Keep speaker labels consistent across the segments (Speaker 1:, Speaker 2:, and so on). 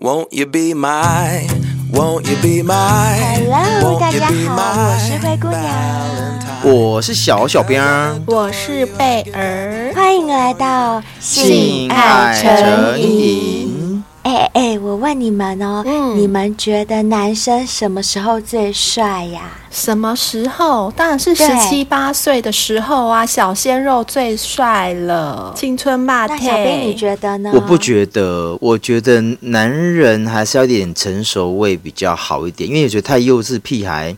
Speaker 1: Won't you be my? Won't you be my?
Speaker 2: Hello，大
Speaker 1: won't you
Speaker 2: 家
Speaker 1: be
Speaker 2: 好，
Speaker 1: my
Speaker 2: 我是灰姑娘，
Speaker 1: Valentine？
Speaker 3: 我是小小兵儿，
Speaker 4: 我是贝儿，
Speaker 2: 欢迎来到
Speaker 4: 性爱成瘾。
Speaker 2: 哎哎哎，我问你们哦，
Speaker 4: 嗯
Speaker 2: 你们觉得男生什么时候最帅呀、
Speaker 4: 什么时候？当然是
Speaker 2: 对
Speaker 4: 十七八岁的时候啊，小鲜肉最帅了，青春霸
Speaker 2: 那
Speaker 4: 体。
Speaker 2: 小编你觉得呢？
Speaker 3: 我不觉得，我觉得男人还是要一点成熟味比较好一点，因为我觉得太幼稚屁孩，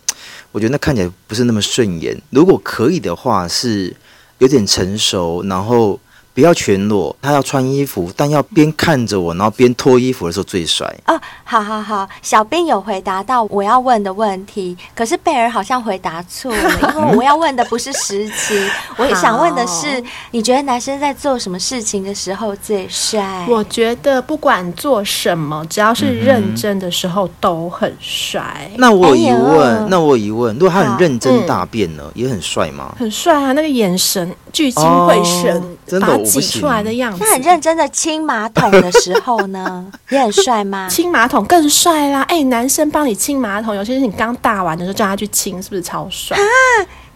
Speaker 3: 我觉得那看起来不是那么顺眼。如果可以的话，是有点成熟，然后不要全裸，他要穿衣服，但要边看着我，然后边脱衣服的时候最帅。
Speaker 2: 哦，好好好，小编有回答到我要问的问题，可是贝尔好像回答错 了，因为我要问的不是时期，
Speaker 4: 嗯
Speaker 2: 我想问的是，你觉得男生在做什么事情的时候最帅？
Speaker 4: 我觉得不管做什么，只要是认真的时候都很帅，
Speaker 3: 那我有疑问，
Speaker 2: 哎呦
Speaker 3: 那我有疑问，如果他
Speaker 2: 好
Speaker 3: 很认真
Speaker 4: 嗯
Speaker 3: 大便呢，也很帅吗？
Speaker 4: 很帅啊！那个眼神聚精会
Speaker 3: 哦
Speaker 4: 神，
Speaker 3: 真的
Speaker 4: 把它
Speaker 3: 我不
Speaker 4: 挤
Speaker 3: 行
Speaker 4: 出来的样子
Speaker 2: 那。很认真的清马桶的时候 呢，也很帅吗？
Speaker 4: 清马桶更帅啦！哎、男生帮你清马桶，尤其是你刚大完的时候叫他去清，是不是超帅？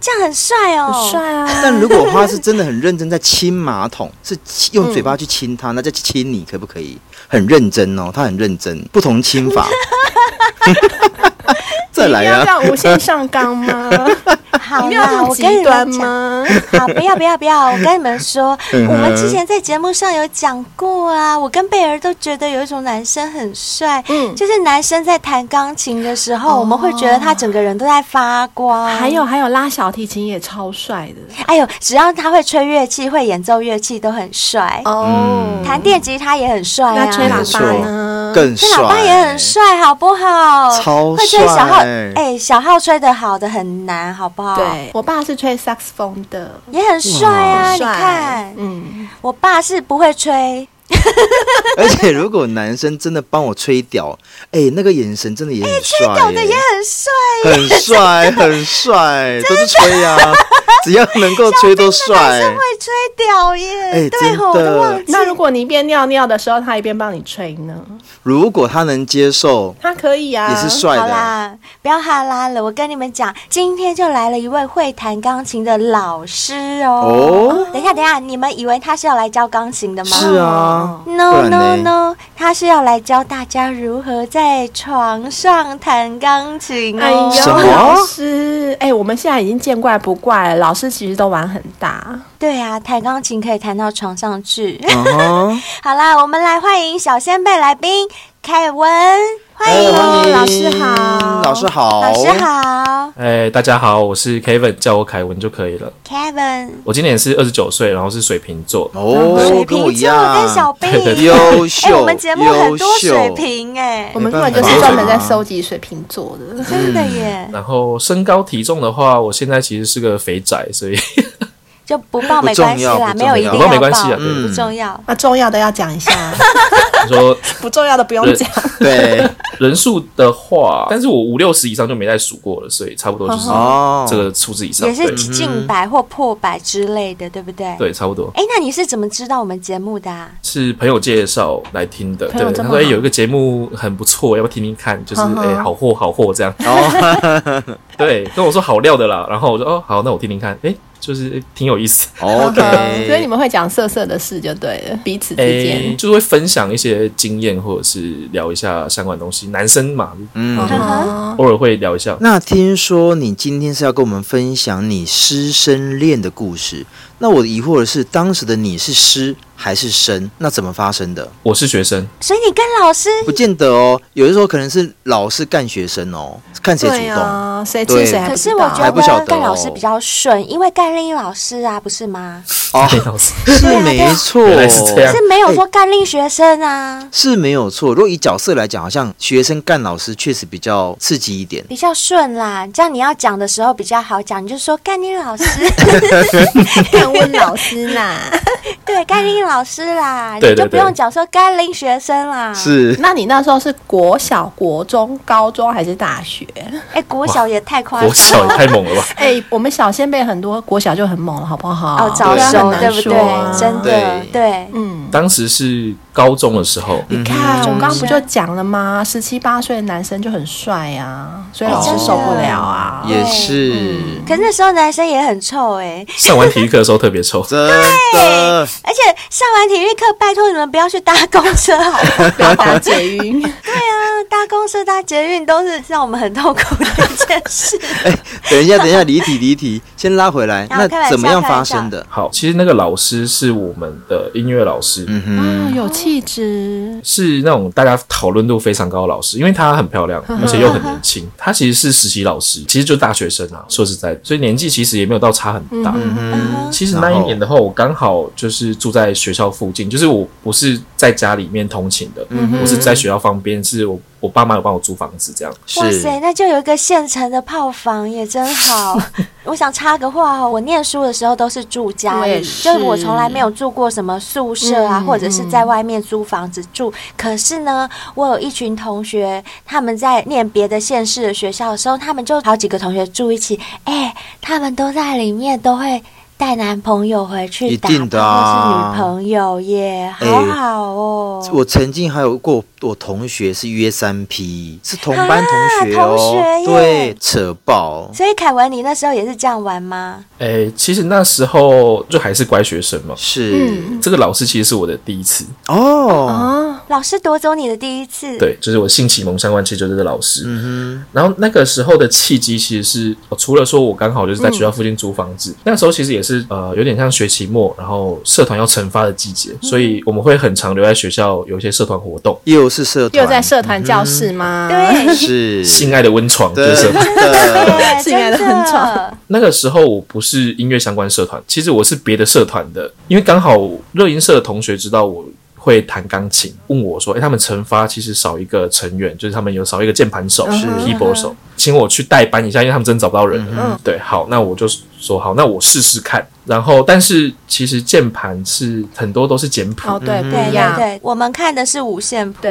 Speaker 2: 这样很帅哦，
Speaker 4: 很帅啊！
Speaker 3: 但如果他是真的很认真在亲马桶， 是亲用嘴巴去亲他，那再亲你可不可以？很认真哦，他很认真，不同亲 法。 再来
Speaker 4: 你要这
Speaker 3: 啊！
Speaker 4: 样无限上 纲吗？
Speaker 2: 好
Speaker 4: 你要这
Speaker 2: 啦，
Speaker 4: 么
Speaker 2: 我跟你
Speaker 4: 极端
Speaker 2: 们讲。
Speaker 4: 吗？
Speaker 2: 好，不要不要不 要！我跟你们说，
Speaker 3: 嗯哼
Speaker 2: 我们之前在节目上有讲过啊，我跟贝儿都觉得有一种男生很帅，
Speaker 4: 嗯哦
Speaker 2: 就是男生在弹钢琴的时候，我们会觉得他整个人都在发光。
Speaker 4: 还有，还有拉小提琴也超帅的
Speaker 2: 哎呦，只要他会吹乐器、会演奏乐器都很帅，
Speaker 4: 哦
Speaker 3: 嗯
Speaker 2: 弹电吉他也很帅
Speaker 4: 那
Speaker 2: 啊，
Speaker 4: 吹喇叭
Speaker 3: 没错
Speaker 4: 呢？
Speaker 3: 更
Speaker 2: 吹
Speaker 3: 帅，
Speaker 2: 喇叭也很帅，好不好？
Speaker 3: 超
Speaker 2: 会吹小号，
Speaker 3: 帅
Speaker 2: 哎、小号吹的好的很难，好不好？，
Speaker 4: 对我爸是吹萨克斯风的，
Speaker 2: 也很帅啊！
Speaker 4: 很
Speaker 2: 你
Speaker 4: 帅
Speaker 2: 看，
Speaker 4: 嗯，
Speaker 2: 我爸是不会吹，
Speaker 3: 而且如果男生真的帮我吹屌，哎、那个眼神真的也很帅、
Speaker 2: 哎屌的也很帅耶。
Speaker 3: 很帅， 很帅，都是吹呀、 啊，只要能够吹都
Speaker 2: 男生
Speaker 3: 帅
Speaker 2: 会。吹屌耶，
Speaker 3: 哎
Speaker 2: 对吼，我
Speaker 3: 真的
Speaker 2: 都忘记。
Speaker 4: 那如果你一边尿尿的时候，他一边帮你吹呢？
Speaker 3: 如果他能接受，
Speaker 4: 他可以啊，
Speaker 3: 也是帅
Speaker 2: 好
Speaker 3: 的。
Speaker 2: 啦，不要哈拉了。我跟你们讲，今天就来了一位会弹钢琴的老师哦。
Speaker 3: 哦
Speaker 2: 等一下，等一下，你们以为他是要来教钢琴的吗？
Speaker 3: 是啊，
Speaker 2: No
Speaker 3: 不然
Speaker 2: no
Speaker 3: 呢
Speaker 2: no，他是要来教大家如何在床上弹钢琴
Speaker 4: 哎
Speaker 2: 哦。
Speaker 4: 呦，
Speaker 3: 什么
Speaker 4: 老师，哎、我们现在已经见怪不怪了。老师其实都玩很大，
Speaker 2: 对啊，弹钢琴可以弹到床上去。
Speaker 3: 嗯哼，
Speaker 2: 好啦，我们来欢迎小先辈来宾凯文，欢迎、
Speaker 3: 哎
Speaker 4: 老师好
Speaker 3: 老师好，
Speaker 2: 老师好
Speaker 5: 哎，大家好，我是 Kevin，叫我凯文就可以了。
Speaker 2: ，Kevin。
Speaker 5: 我今年是二十九岁，然后是水瓶座。
Speaker 3: 哦
Speaker 2: 水，
Speaker 3: 跟我
Speaker 2: 瓶
Speaker 3: 一
Speaker 2: 座
Speaker 3: 样，
Speaker 2: 跟小 兵
Speaker 5: 对对
Speaker 2: 一
Speaker 5: 对
Speaker 2: 样，
Speaker 3: 优
Speaker 2: 哎、我
Speaker 3: 秀，
Speaker 2: 们节目很
Speaker 3: 优
Speaker 2: 多水
Speaker 3: 秀，
Speaker 2: 瓶哎、
Speaker 4: 我们根本
Speaker 3: 没办
Speaker 4: 就
Speaker 3: 法
Speaker 4: 是专门在收集水瓶座的。
Speaker 2: 真的耶，
Speaker 3: 嗯
Speaker 5: 然后身高体重的话，我现在其实是个肥宅，所以
Speaker 2: 就不报没关系啦，
Speaker 3: 不
Speaker 2: 没
Speaker 3: 重
Speaker 2: 有
Speaker 3: 要
Speaker 2: 一定
Speaker 5: 不重要
Speaker 2: 要
Speaker 5: 没关系啊对
Speaker 2: 不重要。
Speaker 4: 那重要的要讲一下，
Speaker 5: 你说
Speaker 4: 不重要的不用讲。
Speaker 3: 对，
Speaker 5: 人数的话，但是我五六十以上就没再数过了，所以差不多就是
Speaker 3: 哦，
Speaker 5: 这个数字以上。
Speaker 2: 也是
Speaker 5: 对
Speaker 4: 嗯
Speaker 2: 近百或破百之类的，对不对？。
Speaker 5: 对，差不多
Speaker 2: 哎，那你是怎么知道我们节目的、啊？
Speaker 5: 是朋友介绍来听的。
Speaker 4: 朋友
Speaker 5: 对，
Speaker 4: 这
Speaker 5: 他
Speaker 4: 么
Speaker 5: 说哎
Speaker 4: 好
Speaker 5: 有一个节目很不错，要不要听听看？ 就是
Speaker 4: 好好
Speaker 5: 哎好货好货这样。
Speaker 3: 哦，
Speaker 5: 对，跟我说好料的啦，然后我说哦好，那我听听看。哎，就是哎挺有意思。
Speaker 3: OK，
Speaker 4: 所以你们会讲色色的事就对了，彼此之间。
Speaker 3: 哎
Speaker 5: 诶，就是会分享一些经验，或者是聊一下相关的东西。男生嘛，
Speaker 3: 嗯。
Speaker 4: 哦
Speaker 5: 偶尔会聊一下。
Speaker 3: 那听说你今天是要跟我们分享你师生恋的故事，那我疑惑的是，当时的你是师还是生？那怎么发生的？
Speaker 5: 我是学生，
Speaker 2: 所以你跟老师
Speaker 3: 不见得哦，有的时候可能是老师干学生哦，看谁主
Speaker 4: 对
Speaker 3: 动。
Speaker 4: 啊，谁
Speaker 3: 对
Speaker 4: 吃谁还
Speaker 2: 可
Speaker 4: 不知
Speaker 2: 是
Speaker 4: 道？
Speaker 2: 我觉
Speaker 3: 还不晓
Speaker 2: 得
Speaker 3: 得
Speaker 2: 盖
Speaker 3: 哦
Speaker 2: 老师比较顺，因为盖令老师啊，不是吗？
Speaker 3: 哦，
Speaker 5: 对老师，
Speaker 3: 是没错，
Speaker 5: 原来是
Speaker 3: 哎
Speaker 5: 这样
Speaker 2: 是没有说盖令学生啊，
Speaker 3: 是没有错。如果以角色来讲，好像学生干老师确实比较刺激一点。
Speaker 2: 比较顺啦。这样你要讲的时候比较好讲，你就说盖令老师，
Speaker 4: 看问老师啦。
Speaker 2: 对，盖令老师啦，
Speaker 5: 对
Speaker 2: 你就
Speaker 5: 对
Speaker 2: 不
Speaker 5: 对
Speaker 2: 用讲说盖令学生啦。，
Speaker 3: 是
Speaker 4: 那你那时候是国小、国中、高中还是大学？
Speaker 2: 哎，国小也太夸
Speaker 5: 国
Speaker 2: 张
Speaker 5: 小也
Speaker 2: 了。
Speaker 5: 太猛了 吧！
Speaker 4: 哎、我们小先辈很多国小就很猛了，好不好？
Speaker 2: 哦，早
Speaker 3: 对啊
Speaker 2: 熟
Speaker 3: 很难
Speaker 2: 对不
Speaker 4: 对
Speaker 2: 对？真的
Speaker 3: 对
Speaker 2: 对，
Speaker 4: 嗯，
Speaker 5: 当时是高中的时候，
Speaker 4: 你看，
Speaker 2: 嗯
Speaker 4: 我刚刚不就讲了吗？十七八岁的男生就很帅啊，所以老师受不了啊。
Speaker 3: 也是，。
Speaker 2: 可是那时候男生也很臭哎、
Speaker 5: 上完体育课的时候特别臭
Speaker 3: 真的，
Speaker 2: 而且上完体育课，拜托你们不要去搭公车好吗？
Speaker 3: 哦
Speaker 4: 不要打捷运，
Speaker 2: 啊，搭公车、搭捷运都是让我们很痛苦的一件事。
Speaker 3: 等一下，等一下，离题离题，先拉回来，
Speaker 2: 然后
Speaker 3: 那
Speaker 2: 开玩笑
Speaker 3: 怎么样发生的？
Speaker 5: 好，其实那个老师是我们的音乐老师，
Speaker 3: 嗯哼，
Speaker 4: 啊，有气质，
Speaker 5: 是那种大家讨论度非常高的老师，因为她很漂亮， 而且又很年轻。她其实是实习老师，其实就大学生啊，说实在的，所以年纪其实也没有到差很大。
Speaker 2: 嗯
Speaker 5: 其实那一
Speaker 3: 然后
Speaker 5: 年的话，我刚好就是住在学校附近，就是我不是在家里面通勤的，
Speaker 3: 嗯
Speaker 5: 我是在学校旁边，是我我爸妈有帮我租房子这样。
Speaker 2: 哇
Speaker 3: 是
Speaker 2: 塞，那就有一个现成的炮房也真 好。我想插个话哦，我念书的时候都是住家
Speaker 4: 我也
Speaker 2: 里，
Speaker 4: 是
Speaker 2: 就是我从来没有住过什么宿舍
Speaker 3: 嗯
Speaker 2: 啊，或者是在外面租房子住。可是呢，我有一群同学，他们在念别的县市的学校的时候，他们就好几个同学住一起，哎、他们都在里面都会。带男朋友回去
Speaker 3: 一
Speaker 2: 打
Speaker 3: 定的啊
Speaker 2: 炮或是女朋友耶，
Speaker 3: 哎
Speaker 2: 好好哦。
Speaker 3: 我曾经还有过我同学是约三 P，是同
Speaker 2: 啊
Speaker 3: 班同学哦，
Speaker 2: 同学耶
Speaker 3: 对，扯爆，
Speaker 2: 所以凯文，你那时候也是这样玩吗？
Speaker 5: 哎、其实那时候就还是乖学生嘛。
Speaker 2: 嗯
Speaker 3: 是、
Speaker 5: 这个老师其实是我的第一次，
Speaker 3: 哦，
Speaker 4: 啊，
Speaker 2: 老师夺走你的第一次，
Speaker 5: 对，就是我性启蒙相关，其实就是这个老师。
Speaker 3: 嗯
Speaker 5: 然后那个时候的契机其实是，呃除了说我刚好就是在学校附近租房
Speaker 3: 嗯
Speaker 5: 子，那时候其实也是呃有点像学期末，然后社团要惩罚的季节，所以我们会很常留在学校有一些社团活动，
Speaker 3: 哼，又是社团，
Speaker 4: 又在社团教室吗？
Speaker 2: 对，
Speaker 3: 是
Speaker 5: 性爱的温床就
Speaker 3: 真
Speaker 5: 是社团。
Speaker 3: 的。
Speaker 2: 对，
Speaker 4: 性爱
Speaker 2: 真
Speaker 4: 的很
Speaker 2: 的
Speaker 4: 爽，
Speaker 5: 那个时候我不是音乐相关社团，其实我是别的社团的，因为刚好热音社的同学知道我。会弹钢琴，问我说：“哎、他们惩罚其实少一个成员，就是他们有少一个键盘手、
Speaker 4: 是
Speaker 5: keyboard 手，请我去代班一下，因为他们真的找不到人了。嗯对，好，那我就说好，那我试试看。然后，但是其实键盘是很多都是简谱，
Speaker 4: 哦，对，不
Speaker 2: 对
Speaker 4: 一样
Speaker 2: 对，对，我们看的是五线谱，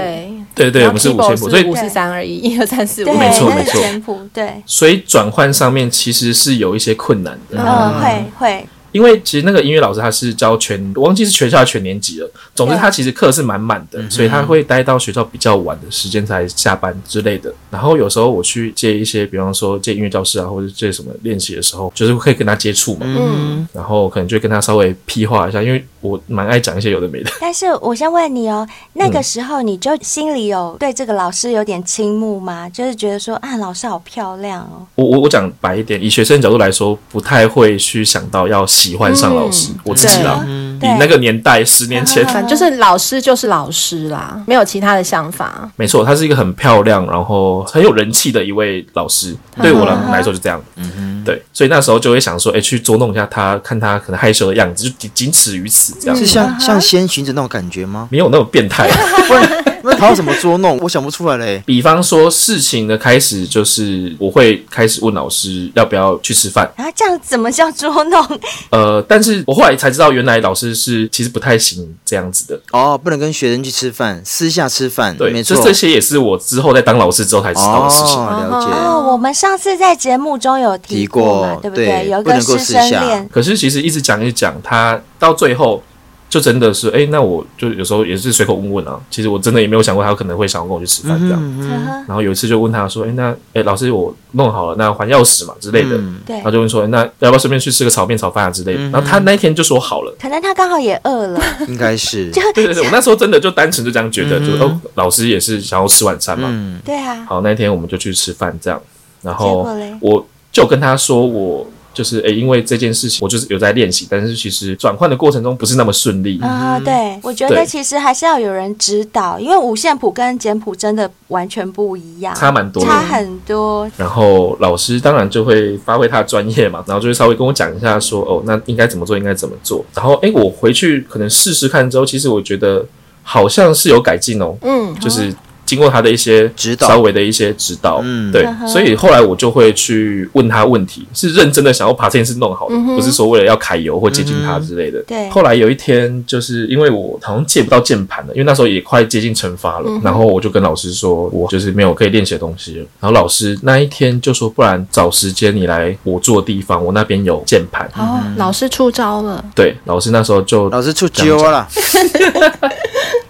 Speaker 4: 对
Speaker 5: 对对，我们是五线谱，所以
Speaker 4: 五四三二一，一二三四
Speaker 2: 对，
Speaker 4: 五，
Speaker 5: 没错
Speaker 2: 那
Speaker 5: 没
Speaker 2: 是
Speaker 5: 错
Speaker 2: 简谱，对，
Speaker 5: 所以转换上面其实是有一些困难的。
Speaker 2: 嗯，会会，
Speaker 5: 因为其实那个音乐老师他是教全，我忘记是全校还是全年级了。总之
Speaker 2: 对嗯
Speaker 5: 他其实课是满满的，所以他会待到学校比较晚的时间才下班之类的。然后有时候我去借一些，比方说借音乐教室啊，或者借什么练习的时候，就是会跟他接触嘛。
Speaker 4: 嗯，
Speaker 5: 然后可能就会跟他稍微屁话一下，因为我蛮爱讲一些有的没的。
Speaker 2: 但是我先问你哦，那个时候你就心里有对这个老师有点倾慕吗？就是觉得说啊，老师好漂亮哦，
Speaker 5: 我我我讲白一点，以学生角度来说，不太会去想到要喜欢上老师，我自己啦。以
Speaker 2: 嗯对
Speaker 5: 嗯那个年代，十 年前，
Speaker 4: 反正就是老师就是老师啦，没有其他的想法。
Speaker 5: 没错，她是一个很漂亮，然后很有人气的一位老师。对我来来说就这样，
Speaker 3: 嗯
Speaker 5: 对，所以那时候就会想说，哎、去捉弄一下她，看她可能害羞的样子，就仅仅此于此这样，
Speaker 3: 是像像先行者那种感觉吗？
Speaker 5: 没有那么变态。
Speaker 3: 不然那他要怎么捉弄？我想不出来嘞。
Speaker 5: 比方说，事情的开始就是我会开始问老师要不要去吃饭，
Speaker 2: 然后这样怎么叫捉 弄？
Speaker 5: 呃，但是我后来才知道，原来老师是其实不太行这样子的。
Speaker 3: 哦，不能跟学生去吃饭，私下吃饭，
Speaker 5: 对，
Speaker 3: 没
Speaker 5: 就
Speaker 3: 错，
Speaker 5: 这些也是我之后在当老师之后才知道的事情。
Speaker 3: 哦，了解。
Speaker 2: 哦，我们上次在节目中有提嘛，
Speaker 5: 哦
Speaker 3: 提过
Speaker 2: 对不
Speaker 3: 对
Speaker 2: 有一
Speaker 3: 不
Speaker 2: 个
Speaker 3: 能够
Speaker 2: 师
Speaker 3: 私
Speaker 2: 生
Speaker 3: 下
Speaker 2: 恋，
Speaker 5: 可是其实一直讲一直讲，他到最后就真的是，哎、那我就有时候也是随口问问啊。其实我真的也没有想过他可能会想要跟我去吃
Speaker 3: 嗯
Speaker 5: 饭这样。
Speaker 4: 嗯
Speaker 2: 呵呵
Speaker 5: 然后有一次就问他说，哎、那哎、诶老师我弄好了，那还钥匙嘛之类的。
Speaker 3: 嗯
Speaker 2: 对
Speaker 5: 然后。就问说，诶那要不要顺便去吃个炒面、炒饭啊之类的？然后他那一天就说好了。
Speaker 2: 可能他刚好也饿了，
Speaker 3: 应该是
Speaker 5: 对 对对，我那时候真的就单纯就这样觉得，就哦，老师也是想要吃晚
Speaker 3: 嗯
Speaker 5: 餐嘛，
Speaker 2: 对啊，
Speaker 5: 好，那天我们就去吃饭这样，然
Speaker 2: 结
Speaker 5: 后
Speaker 2: 果嘞
Speaker 5: 我就跟他说我。就是诶、因为这件事情，我就是有在练习，但是其实转换的过程中不是那么顺利。
Speaker 2: 啊、对，我觉得
Speaker 5: 嗯对
Speaker 2: 其实还是要有人指导，因为五线谱跟简谱真的完全不一样，
Speaker 5: 差蛮多的
Speaker 2: 差很多。
Speaker 5: 然后老师当然就会发挥他的专业嘛，然后就会稍微跟我讲一下说，哦，那应该怎么做，应该怎么做。然后诶、我回去可能试试看之后，其实我觉得好像是有改进哦，
Speaker 4: 嗯，
Speaker 5: 就是经过他的一些
Speaker 3: 指导
Speaker 5: 稍微的一些指导，
Speaker 3: 嗯
Speaker 5: 对
Speaker 2: 嗯，哼
Speaker 5: 所以后来我就会去问他问题，是认真的想要把这件事弄好
Speaker 2: 嗯
Speaker 5: 的，不是说为了要揩油或接近他之类的。
Speaker 2: 对
Speaker 5: 后来有一天，就是因为我好像借不到键盘了，因为那时候也快接近惩罚了，
Speaker 2: 嗯
Speaker 5: 然后我就跟老师说，我就是没有可以练习的东西了。然后老师那一天就说，不然找时间你来我住的地方，我那边有键盘。
Speaker 4: 哦，老师出招了，
Speaker 5: 对，老师那时候就
Speaker 3: 老师出揪了，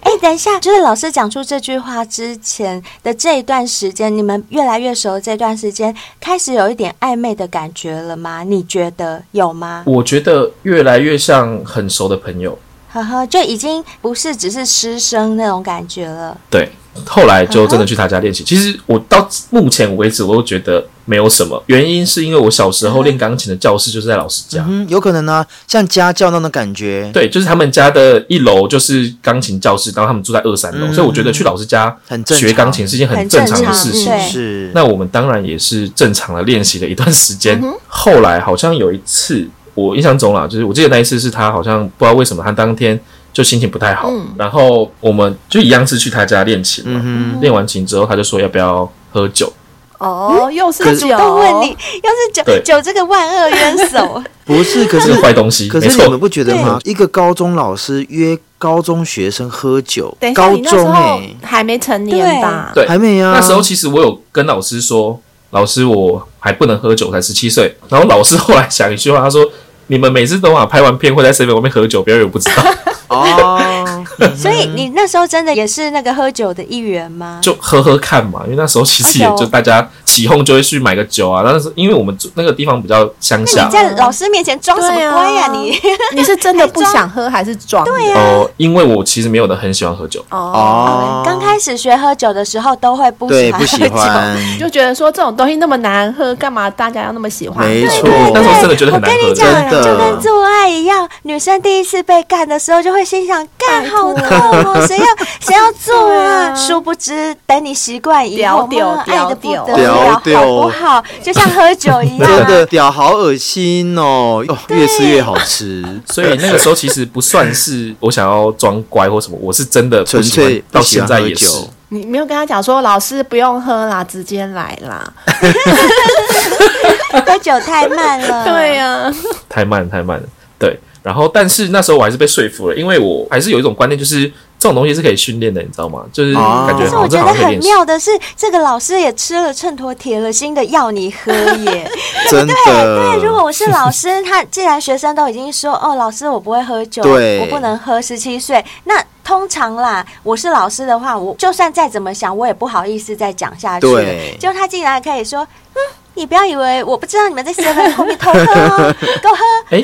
Speaker 2: 哎，等一下，就是老师讲出这句话之前的这一段时间，你们越来越熟，这段时间开始有一点暧昧的感觉了吗？你觉得有吗？
Speaker 5: 我觉得越来越像很熟的朋友，
Speaker 2: 呵呵，就已经不是只是师生那种感觉了。
Speaker 5: 对。后来就真的去他家练习。其实我到目前为止，我都觉得没有什么原因，是因为我小时候练钢琴的教室就是在老师家。
Speaker 3: 嗯，有可能啊，像家教那种感觉，
Speaker 5: 对，就是他们家的一楼就是钢琴教室，然后他们住在二三楼，
Speaker 3: 嗯
Speaker 5: 所以我觉得去老师家
Speaker 3: 很正常
Speaker 5: 学钢琴是一件很正常的事
Speaker 2: 很正
Speaker 5: 情
Speaker 2: 常。对
Speaker 3: 是
Speaker 5: 那我们当然也是正常的练习了一段时间。后来好像有一次，我印象中啦，就是我记得那一次是他好像不知道为什么他当天就心情不太好，然后我们就一样是去他家练琴嘛。
Speaker 3: 嗯
Speaker 5: 练完琴之后，他就说要不要喝酒。
Speaker 4: 哦，又是
Speaker 2: 他
Speaker 4: 酒
Speaker 2: 主动问你，要是酒
Speaker 5: 对
Speaker 2: 酒这个万恶冤手，
Speaker 3: 不是？可
Speaker 5: 这
Speaker 3: 是
Speaker 5: 个坏东西，
Speaker 3: 可
Speaker 5: 没
Speaker 3: 是你们
Speaker 5: 错。
Speaker 3: 不觉得吗？一个高中老师约高中学生喝酒
Speaker 4: 等，一下，
Speaker 3: 高
Speaker 4: 你那时
Speaker 3: 中
Speaker 4: 候
Speaker 5: 欸
Speaker 3: 哎、
Speaker 4: 还没成年吧？
Speaker 5: 对，
Speaker 3: 还没啊，
Speaker 5: 那时候其实我有跟老师说，老师我还不能喝酒，才十七岁。然后老师后来想一句话，他说：“你们每次等我拍完片会在 seven 外面喝酒，不要以为我不知道，
Speaker 3: 哦，
Speaker 2: 所以你那时候真的也是那个喝酒的一员吗？
Speaker 5: 就喝喝看嘛。”因为那时候其实也
Speaker 2: 哎呦
Speaker 5: 就大家起哄就会去买个酒啊。但是因为我们住那个地方比较乡
Speaker 2: 那
Speaker 5: 下
Speaker 2: 你，在老师面前装什么
Speaker 4: 对啊
Speaker 2: 乖呀、你？
Speaker 4: 你是真的 不想喝还是哎装？对呀，
Speaker 5: 哦、因为我其实没有的很喜欢喝酒，
Speaker 4: 哦，
Speaker 3: 哦，
Speaker 2: 刚开始学喝酒的时候都会不喜
Speaker 3: 对
Speaker 2: 欢
Speaker 3: 不
Speaker 2: 喝酒，
Speaker 3: 喜欢，
Speaker 4: 就觉得说这种东西那么难喝，干嘛大家要那么喜欢？
Speaker 3: 没错，
Speaker 5: 那时候真的觉得
Speaker 2: 我
Speaker 5: 很
Speaker 2: 跟
Speaker 5: 难
Speaker 2: 你
Speaker 5: 喝
Speaker 2: 讲
Speaker 5: 的。
Speaker 3: 真，的
Speaker 2: 就跟做爱一样，女生第一次被干的时候就会心想：干好痛哦，谁要谁要做啊？
Speaker 4: 对啊
Speaker 2: 殊不知，等你习惯以后，
Speaker 4: 屌屌
Speaker 2: 妈爱的不
Speaker 4: 屌
Speaker 2: 得了，好
Speaker 3: 屌
Speaker 2: 不好？就像喝酒一样
Speaker 3: 真
Speaker 2: 啊。
Speaker 3: 的屌好恶心哦，哦越吃越好 吃，
Speaker 5: 所以那个时候其实不算是我想要装乖或什么，我是真的不
Speaker 3: 纯
Speaker 5: 喜欢
Speaker 3: 粹
Speaker 5: 到
Speaker 3: 不喜
Speaker 5: 现
Speaker 3: 欢
Speaker 5: 在
Speaker 3: 喝
Speaker 5: 也是。
Speaker 3: 酒
Speaker 4: 你没有跟他讲说老师不用喝啦，直接来啦。
Speaker 2: 喝酒太慢 了。
Speaker 4: 对呀，
Speaker 5: 太慢太慢了。对，然后但是那时候我还是被说服了，因为我还是有一种观念，就是这种东西是可以训练的，你知道吗？就是
Speaker 3: 哦
Speaker 5: 感觉
Speaker 2: 可是
Speaker 5: 好
Speaker 2: 我
Speaker 5: 像这
Speaker 2: 觉
Speaker 5: 好
Speaker 2: 得
Speaker 5: 像可以
Speaker 2: 很
Speaker 5: 练习。
Speaker 2: 妙的是，这个老师也吃了秤砣铁了心的要你喝耶。
Speaker 3: 真的，
Speaker 2: 对，如果我是老 师，他既然学生都已经说哦，老师我不会喝酒，
Speaker 3: 对
Speaker 2: 我不能喝，十七岁，那通常啦，我是老师的话，我就算再怎么想，我也不好意思再讲下去。
Speaker 3: 对
Speaker 2: 就他竟然可以说，嗯，你不要以为我不知道你们在 seven 后面偷喝 哦，给我喝。
Speaker 5: 哎，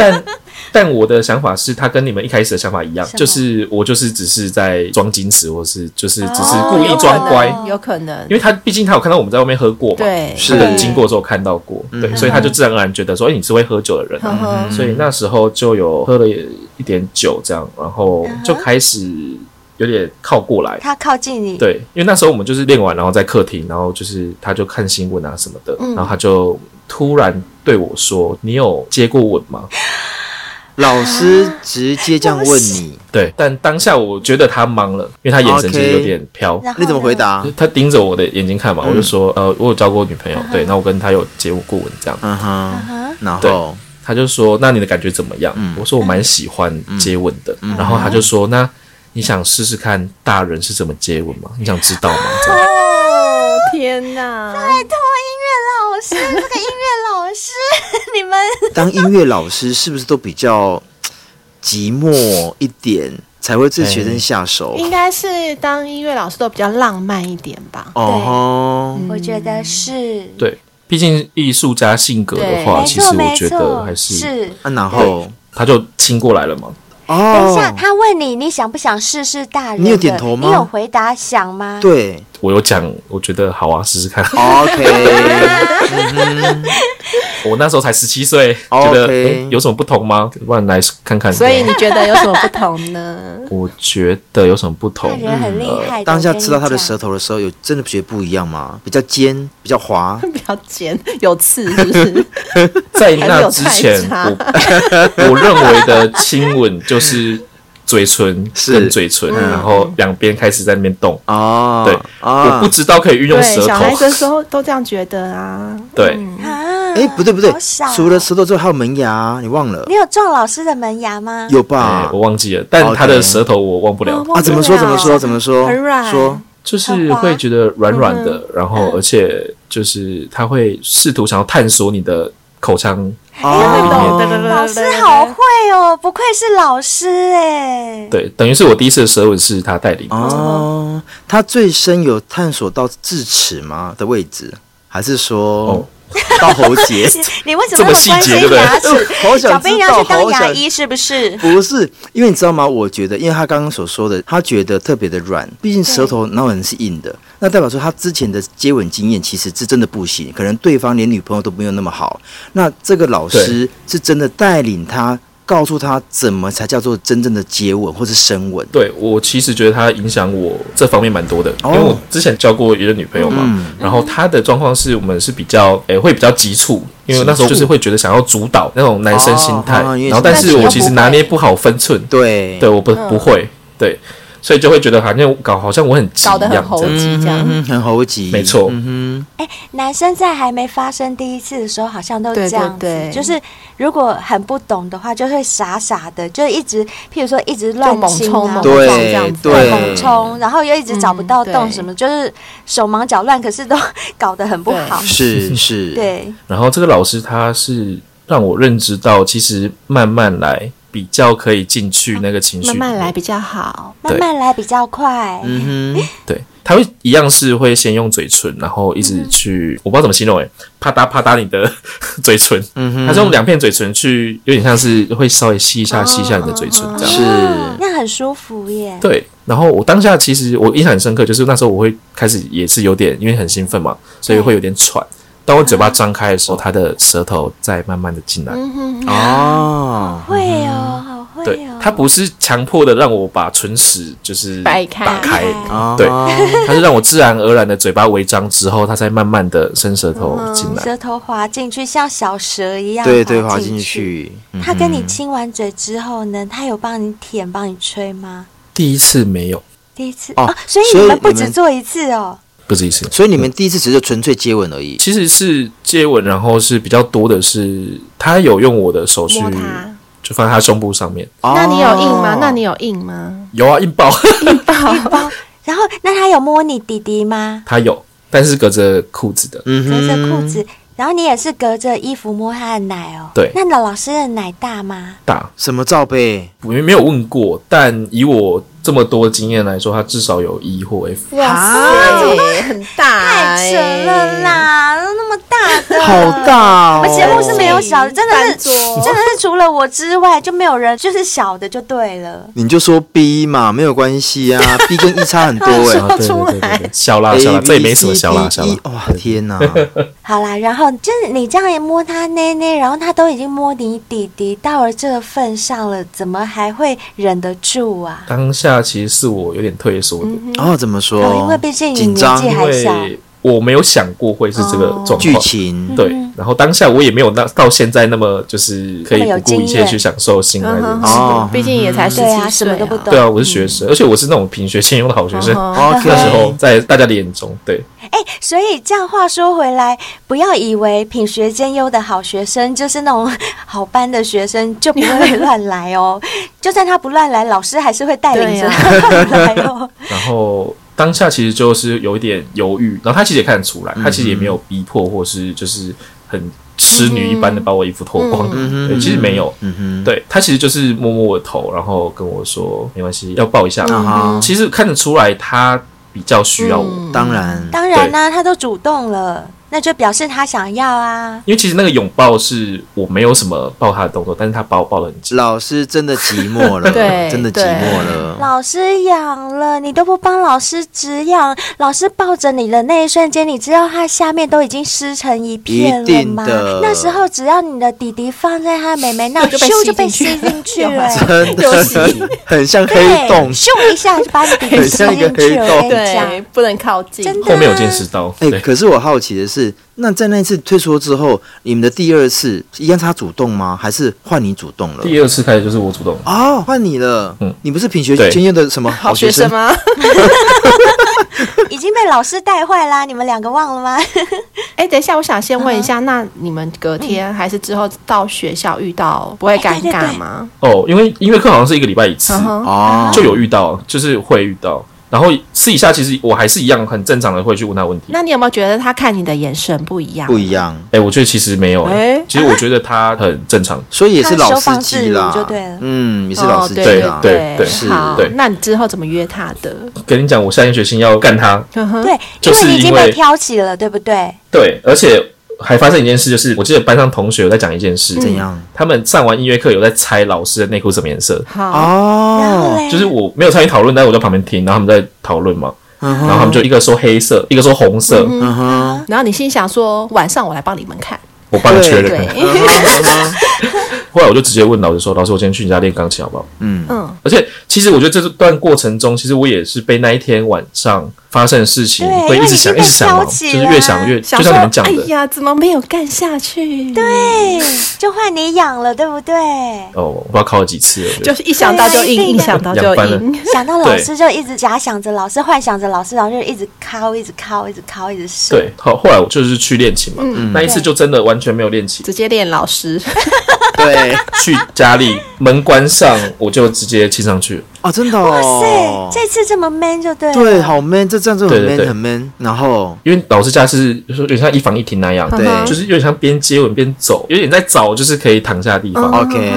Speaker 5: 但 但我的想法是，他跟你们一开始的想法一样
Speaker 2: 什，么
Speaker 5: 就是我就是只是在装矜持，或是就是只是
Speaker 2: 哦
Speaker 5: 故意装乖，
Speaker 2: 哦
Speaker 4: 有可能
Speaker 5: 因。为他毕竟他有看到我们在外面喝过嘛，
Speaker 4: 对，
Speaker 3: 是
Speaker 5: 他的经过的时候看到过，对，所以他
Speaker 2: 嗯
Speaker 5: 就自然而然觉得说，哎，你是会喝酒的人啊、
Speaker 4: 呵呵，
Speaker 5: 所以那时候就有喝了一点酒，这样，然
Speaker 2: 嗯
Speaker 5: 后就开始有点靠过来，
Speaker 2: 他靠近你，
Speaker 5: 对，因为那时候我们就是练完，然后在客厅，然后就是他就看新闻啊什么的，然后他就突然对我说：“你有接过吻吗
Speaker 3: 老师直接这样问你，？”
Speaker 5: 对，但当下我觉得他懵了，因为他眼神其实
Speaker 3: OK
Speaker 5: 有点飘。
Speaker 2: 然后
Speaker 3: 你怎么回
Speaker 2: 呢？
Speaker 3: 答？
Speaker 5: 他盯着我的眼睛看嘛，我就说，呃，我有交过女朋友，对，那我跟他有接过吻这样，
Speaker 3: 嗯
Speaker 2: 嗯
Speaker 3: 哼，
Speaker 2: 哼
Speaker 3: 然后
Speaker 5: 他就说，那你的感觉怎么样？我说我蛮喜欢接吻的，然后他就说，那你想试试看大人是怎么接吻吗？你想知道吗？这样
Speaker 4: 哦天哪！
Speaker 2: 拜托，音乐老师，这个音乐老师， 你们
Speaker 3: 当音乐老师是不是都比较寂寞一点，才会对学生下手？
Speaker 4: 应该是当音乐老师都比较浪漫一点吧。
Speaker 3: 哦吼，
Speaker 2: 我觉得是。
Speaker 5: 对，毕竟艺术家性格的话，
Speaker 2: 没
Speaker 5: 其
Speaker 2: 错，
Speaker 5: 实
Speaker 2: 没
Speaker 5: 我觉得
Speaker 2: 错，
Speaker 5: 还
Speaker 2: 是
Speaker 3: 那啊然后
Speaker 5: 他就亲过来了嘛。
Speaker 2: 等一下，
Speaker 3: 哦，
Speaker 2: 他问你，你想不想试试大人的？
Speaker 3: 你有点头吗
Speaker 2: 你有回答想吗？，
Speaker 3: 对
Speaker 5: 我有讲，我觉得好啊，试试看。
Speaker 3: 哦 ，OK，
Speaker 5: 我那时候才十七岁，
Speaker 3: OK
Speaker 5: 觉得、诶有什么不同吗？不然来看看。
Speaker 4: 所以你觉得有什么不同呢？
Speaker 5: 我觉得有什么不
Speaker 2: 大
Speaker 5: 同？
Speaker 2: 人很厉害的。
Speaker 3: 当下
Speaker 2: 我跟你
Speaker 3: 吃到他的
Speaker 2: 讲
Speaker 3: 舌头的时候，有真的觉得不一样吗？比较尖，比较滑，
Speaker 4: 比较尖，有刺是不是？
Speaker 5: 在那之前，
Speaker 4: 还是有
Speaker 5: 我我 认为的亲吻就是嘴唇
Speaker 3: 是
Speaker 5: 跟嘴唇，然后两边开始在那边动。
Speaker 3: 哦，
Speaker 5: 对，
Speaker 3: 啊
Speaker 5: 我不知道可以运用
Speaker 4: 对，
Speaker 5: 舌
Speaker 4: 小
Speaker 5: 头
Speaker 4: 孩。子的时候都这样觉得啊。
Speaker 5: 对，
Speaker 2: 啊，
Speaker 3: 哎，不对不对
Speaker 2: 好傻哦，
Speaker 3: 除了舌头之后还有门牙，你忘了
Speaker 2: 你？有撞老师的门牙吗？
Speaker 3: 有
Speaker 5: 哎
Speaker 3: 吧
Speaker 5: 我？忘记了，但他
Speaker 3: OK
Speaker 5: 的舌头我忘不了。
Speaker 3: 啊，怎么说怎么说怎么说？
Speaker 4: 很软
Speaker 3: 说
Speaker 5: 就是会
Speaker 4: 嗯
Speaker 5: 觉得软软的，然后而且就是他会试图想要探索你的口腔
Speaker 4: 哎
Speaker 3: 哦，
Speaker 2: 老师好会哦，不愧是老师哎。
Speaker 5: 对，等于是我第一次的舌吻是他带领的。
Speaker 3: 哦，他最深有探索到智齿吗的位置，还是说
Speaker 5: 哦
Speaker 3: 到喉 结？
Speaker 2: 你为什么那
Speaker 5: 这么
Speaker 2: 么
Speaker 5: 细
Speaker 2: 关
Speaker 5: 节
Speaker 2: 心
Speaker 5: 对不对
Speaker 2: 牙齿？
Speaker 3: 好想
Speaker 2: 小兵
Speaker 3: 知
Speaker 2: 你要
Speaker 3: 道，
Speaker 2: 去当
Speaker 3: 好
Speaker 2: 牙
Speaker 3: 想
Speaker 2: 医是不是？
Speaker 3: 不是，因为你知道吗？我觉得，因为他刚刚所说的，他觉得特别的软，毕竟舌头那人是硬的，那代表说他之前的接吻经验其实是真的不行，可能对方连女朋友都没有那么好。那这个老师是真的带领他，告诉他怎么才叫做真正的接吻或是深吻。
Speaker 5: 对我其实觉得他影响我这方面蛮多的，因
Speaker 3: 哦
Speaker 5: 为我之前交过一个女朋友嘛，
Speaker 3: 嗯
Speaker 5: 然后她的状况是我们是比较诶、会比较急促，因为那时候就是会觉得想要主导那种男生心态，
Speaker 3: 哦哦因为
Speaker 5: 然后但是我其
Speaker 4: 但是又不
Speaker 5: 实
Speaker 4: 会嗯
Speaker 5: 拿捏不好分寸，
Speaker 3: 对
Speaker 5: 对，我不、不会，对，所以就会觉得好像搞好像我很急一
Speaker 4: 搞
Speaker 5: 样
Speaker 4: 得
Speaker 5: 这
Speaker 4: 很
Speaker 5: 样
Speaker 4: 猴
Speaker 5: 子。
Speaker 4: 急这样。
Speaker 3: 嗯，很猴急，
Speaker 5: 没错
Speaker 3: 嗯
Speaker 2: 哎，男生在还没发生第一次的时候，好像都
Speaker 4: 对
Speaker 2: 这
Speaker 4: 对
Speaker 2: 样子，
Speaker 4: 对
Speaker 2: 就是如果很不懂的话，就会傻傻的，就一直，譬如说一直乱
Speaker 4: 就猛
Speaker 2: 亲
Speaker 4: 冲
Speaker 2: 啊
Speaker 4: 猛
Speaker 3: 对
Speaker 4: 撞这样子，
Speaker 3: 对
Speaker 2: 猛冲，然后又一直找不到
Speaker 4: 嗯
Speaker 2: 洞
Speaker 4: 对
Speaker 2: 什么，就是手忙脚乱，可是都搞得很不好
Speaker 3: 哼，。是是，，
Speaker 2: 对，
Speaker 5: 然后这个老师他是让我认知到，其实慢慢来比较可以进去那个情绪
Speaker 4: 哦慢
Speaker 5: 里面，
Speaker 4: 慢来比较好。
Speaker 2: 慢慢来比较快。
Speaker 3: 嗯哼，
Speaker 5: 对，他会一样是会先用嘴唇，然后一
Speaker 4: 嗯
Speaker 5: 直去，我不知道怎么形容诶、啪嗒啪嗒你的 嘴唇，
Speaker 3: 嗯哼，
Speaker 5: 他是用两片嘴唇去，有点像是会稍微吸一下吸一下你的嘴唇这
Speaker 4: 哦
Speaker 5: 样。
Speaker 3: 是
Speaker 2: 那很舒服耶。
Speaker 5: 对，然后我当下其实我印象很深刻，就是那时候我会开始也是有点，因为很兴奋嘛，所以会有点喘。
Speaker 4: 嗯
Speaker 5: 当我嘴巴张开的时候，他的舌头在慢慢的进来。
Speaker 4: 嗯哼，
Speaker 3: 哦，
Speaker 2: 会哦，好会
Speaker 5: 对
Speaker 2: 哦，。
Speaker 5: 他不是强迫的让我把唇齿就是
Speaker 4: 掰开
Speaker 5: 打开，
Speaker 3: 哦
Speaker 5: 对他是让我自然而然的嘴巴微张之后，他才慢慢的伸舌头进来。
Speaker 2: 嗯舌头滑进去，像小蛇一样
Speaker 3: 对对，滑
Speaker 2: 滑
Speaker 3: 进
Speaker 2: 去。
Speaker 3: 去，嗯
Speaker 2: 他跟你
Speaker 3: 哼
Speaker 2: 亲完嘴之后呢，他有帮你舔、帮你吹吗？
Speaker 5: 第一次没有，
Speaker 2: 第一次
Speaker 3: 哦
Speaker 2: 哦，所以
Speaker 3: 所以
Speaker 2: 你们不
Speaker 3: 你们
Speaker 2: 止做一次哦。
Speaker 5: 不是一次。
Speaker 3: 所以你们第一次只是纯粹接吻而已。
Speaker 5: 其实是接吻，然后是比较多的是，他有用我的手去
Speaker 4: 摸他。
Speaker 5: 就放在他胸部上面，
Speaker 4: 那你有硬吗
Speaker 3: 哦？
Speaker 4: 那你有硬吗？
Speaker 5: 有啊，硬爆，
Speaker 2: 然后，那他有摸你弟弟吗？
Speaker 5: 他有，但是隔着裤子的，
Speaker 3: 嗯
Speaker 2: 隔着裤子，然后你也是隔着衣服摸他的奶哦。
Speaker 5: 对
Speaker 2: 那老师的奶大吗？
Speaker 5: 大，
Speaker 3: 什么罩杯？
Speaker 5: 我没有问过，但以我这么多经验来说，他至少有 E 或 F，
Speaker 4: 哇塞，很大
Speaker 2: 太
Speaker 4: 哎，
Speaker 2: 扯了啦，那么大的，
Speaker 3: 好大
Speaker 2: 我
Speaker 3: 哦！
Speaker 2: 们节目是没有小的，真的是
Speaker 4: 翻嗯桌
Speaker 2: 真的是除了我之外就没有人，就是小的就对了。
Speaker 3: 你就说 B 嘛，没有关系 啊，B 跟 E 差很多哎。
Speaker 5: 啊，对对对对对，小啦
Speaker 3: A
Speaker 5: 小啦，
Speaker 3: B
Speaker 5: 这也没什么
Speaker 3: C
Speaker 5: 小啦
Speaker 3: D
Speaker 5: 小啦
Speaker 3: E，哇天哪！
Speaker 2: 好啦，然后就是你这样一摸他捏捏，然后他都已经摸你弟弟到了这个份上了，怎么还会忍得住啊？
Speaker 5: 当下其实是我有点退缩的，
Speaker 3: 哦，怎么
Speaker 2: 哦
Speaker 3: 说？
Speaker 2: 因为毕竟你
Speaker 3: 紧张
Speaker 2: 年纪还
Speaker 5: 因为我没有想过会是这个状况。
Speaker 3: 剧
Speaker 2: 嗯
Speaker 3: 情，
Speaker 5: 对，然后当下我也没有那到现在那么就是可以
Speaker 2: 那么有
Speaker 5: 不顾一
Speaker 2: 经
Speaker 5: 切
Speaker 2: 验
Speaker 5: 去享受性爱
Speaker 4: 嗯哼
Speaker 5: 这件
Speaker 4: 哼
Speaker 5: 事。
Speaker 3: 哦
Speaker 4: 毕竟也才十
Speaker 2: 对啊
Speaker 4: 七
Speaker 2: 什
Speaker 4: 岁
Speaker 2: 么
Speaker 4: 啊，
Speaker 2: 都不懂
Speaker 5: 对啊，我是学生，而且我是那种品学兼优的好学生。
Speaker 4: 嗯哼
Speaker 3: 哦，OK，
Speaker 5: 那时候在大家的眼中，对，
Speaker 2: 哎，所以这样话说回来，不要以为品学兼优的好学生就是那种好班的学生就不会乱来哦。就算他不乱来，老师还是会带领着
Speaker 4: 对啊
Speaker 2: 他乱来哦。
Speaker 5: 然后当下其实就是有一点犹豫，然后他其实也看得出来，
Speaker 3: 嗯
Speaker 5: 他其实也没有逼迫或是就是很痴女一般的把我衣服脱光，
Speaker 3: 嗯
Speaker 5: 对，其实没有，
Speaker 3: 嗯哼，
Speaker 5: 对他其实就是摸摸我的头，然后跟我说没关系，要抱一下。
Speaker 4: 嗯
Speaker 3: 啊哈，
Speaker 5: 其实看得出来他比较需要我，
Speaker 4: 嗯
Speaker 3: 当然，
Speaker 2: 当然啦、他都主动了，那就表示他想要啊。
Speaker 5: 因为其实那个拥抱是我没有什么抱他的动作，但是他把我抱得很紧。
Speaker 3: 老师真的寂 寞了，
Speaker 4: 对
Speaker 3: 真的寂寞了。
Speaker 2: 老师痒了，你都不帮老师止痒，老师抱着你的那一瞬间，你知道他下面都已经湿成一片
Speaker 3: 一
Speaker 2: 了
Speaker 3: 定
Speaker 2: 吗
Speaker 3: 的？
Speaker 2: 那时候只要你的弟弟放在他妹妹那，
Speaker 4: 就被
Speaker 2: 咻
Speaker 4: 吸
Speaker 2: 就被
Speaker 4: 进
Speaker 2: 吸
Speaker 4: 去
Speaker 2: 进去
Speaker 4: 有
Speaker 2: 了、
Speaker 4: 吗
Speaker 3: 真
Speaker 4: 游戏
Speaker 3: 的很像黑
Speaker 2: 对，
Speaker 3: 洞，
Speaker 2: 咻一下就把你弟弟吸进去了，我跟你
Speaker 4: 对
Speaker 2: 讲，，
Speaker 4: 不能靠近，
Speaker 2: 真的
Speaker 5: 后面有见识到，
Speaker 3: 哎、
Speaker 5: 对，
Speaker 3: 可是我好奇的是，那在那一次退缩之后，你们的第二次一样是他主动吗？还是换你主动了？
Speaker 5: 第二次开始就是我主动，
Speaker 3: 哦，换你了。
Speaker 5: 嗯
Speaker 3: 你不是品学
Speaker 5: 对
Speaker 3: 兼优的什么
Speaker 4: 好学生
Speaker 3: 吗？
Speaker 4: 吗？
Speaker 2: 已经被老师带坏啦！你们两个忘了吗？
Speaker 4: 哎，等一下，我想先问一下，那你们隔天还是之后到学校遇到不会尴尬吗？
Speaker 5: 哦，因为音乐课好像是一个礼拜一次，
Speaker 4: 嗯哼，
Speaker 3: 哦，
Speaker 5: 就有遇到，就是会遇到。然后私底下其实我还是一样很正常的会去问他问题。
Speaker 4: 那你有没有觉得他看你的眼神不一样？
Speaker 3: 不一样，
Speaker 5: 哎、我觉得其实没有、哎
Speaker 4: 哎
Speaker 5: 其实我觉得他很正常。
Speaker 3: 所以也是
Speaker 2: 他的
Speaker 3: 老
Speaker 2: 收
Speaker 3: 司
Speaker 2: 放自
Speaker 3: 机
Speaker 2: 如
Speaker 3: 啦，
Speaker 2: 就对了
Speaker 3: 嗯，也是
Speaker 4: 哦
Speaker 3: 老司机
Speaker 4: 对
Speaker 3: 啦，
Speaker 5: 对
Speaker 4: 对
Speaker 5: 对
Speaker 3: 是
Speaker 4: 好
Speaker 5: 对
Speaker 4: 那你之后怎么约他的？嗯
Speaker 5: 跟你讲，我下定决心要干他。
Speaker 2: 对，
Speaker 5: 就
Speaker 2: 因为
Speaker 5: 是
Speaker 2: 你已经
Speaker 5: 因为
Speaker 2: 被挑起了，对不对？
Speaker 5: 对，而且还发生一件事，就是我记得班上同学有在讲一件事，
Speaker 3: 嗯怎样？
Speaker 5: 他们上完音乐课有在猜老师的内裤什么颜色，
Speaker 4: 好，
Speaker 2: 然后
Speaker 3: 哦，
Speaker 2: 嘞，
Speaker 5: 就是我没有参与讨论，但是我在旁边听，然后他们在讨论嘛，
Speaker 3: 嗯
Speaker 5: 然后他们
Speaker 3: 哼，
Speaker 5: 就一个说黑色，一个说红色，
Speaker 3: 嗯哼，
Speaker 4: 然后你心想说，晚上我来帮你们看。
Speaker 5: 我帮你确
Speaker 3: 对
Speaker 5: 认。
Speaker 4: 对，嗯
Speaker 5: 嗯后来我就直接问老师说：“老师，我今天去你家练钢琴好不好
Speaker 3: 嗯，
Speaker 4: 嗯，？”
Speaker 5: 而且其实我觉得这段过程中，其实我也是被那一天晚上发生的事情
Speaker 2: 对
Speaker 5: 会
Speaker 2: 因为
Speaker 5: 一直
Speaker 2: 你
Speaker 5: 想，
Speaker 2: 已
Speaker 5: 一
Speaker 2: 经
Speaker 5: 直想
Speaker 2: 被挑
Speaker 5: 嘛，就
Speaker 2: 起
Speaker 5: 是
Speaker 2: 了
Speaker 5: 越想越，
Speaker 4: 想
Speaker 5: 就
Speaker 4: 说
Speaker 5: 像你们讲
Speaker 4: 哎
Speaker 5: 的，
Speaker 4: 呀，怎么没有干下去？对，
Speaker 2: 对，就换你养了，对不对？
Speaker 5: 哦，我不知道考了几次了。
Speaker 4: 就是一想到就
Speaker 2: 对啊
Speaker 4: 硬，一想到就
Speaker 5: 两班了
Speaker 4: 硬。
Speaker 2: 想到老师就一直假想着老师，幻想着老师，然后就一直敲，一直敲，一直敲，一直射。
Speaker 5: 对，后后来我就是去练琴
Speaker 3: 嗯
Speaker 5: 嘛，那一次就真的完全没有练琴，
Speaker 4: 直接练老师，
Speaker 3: 对，
Speaker 5: 去家里门关上，我就直接亲上去了。
Speaker 3: 哦，真的
Speaker 2: 哇
Speaker 3: 哦
Speaker 2: 塞，，这次这么 man 就对了。
Speaker 3: 对，好 man，这战术很
Speaker 5: 对对
Speaker 3: man
Speaker 5: 对
Speaker 3: 很 man，然后
Speaker 5: 因为老师家是就是有点像一房一厅那样，
Speaker 4: 嗯
Speaker 3: 对
Speaker 5: 就是有点像边接吻边走，有点在找就是可以躺下的地方。
Speaker 3: ，OK，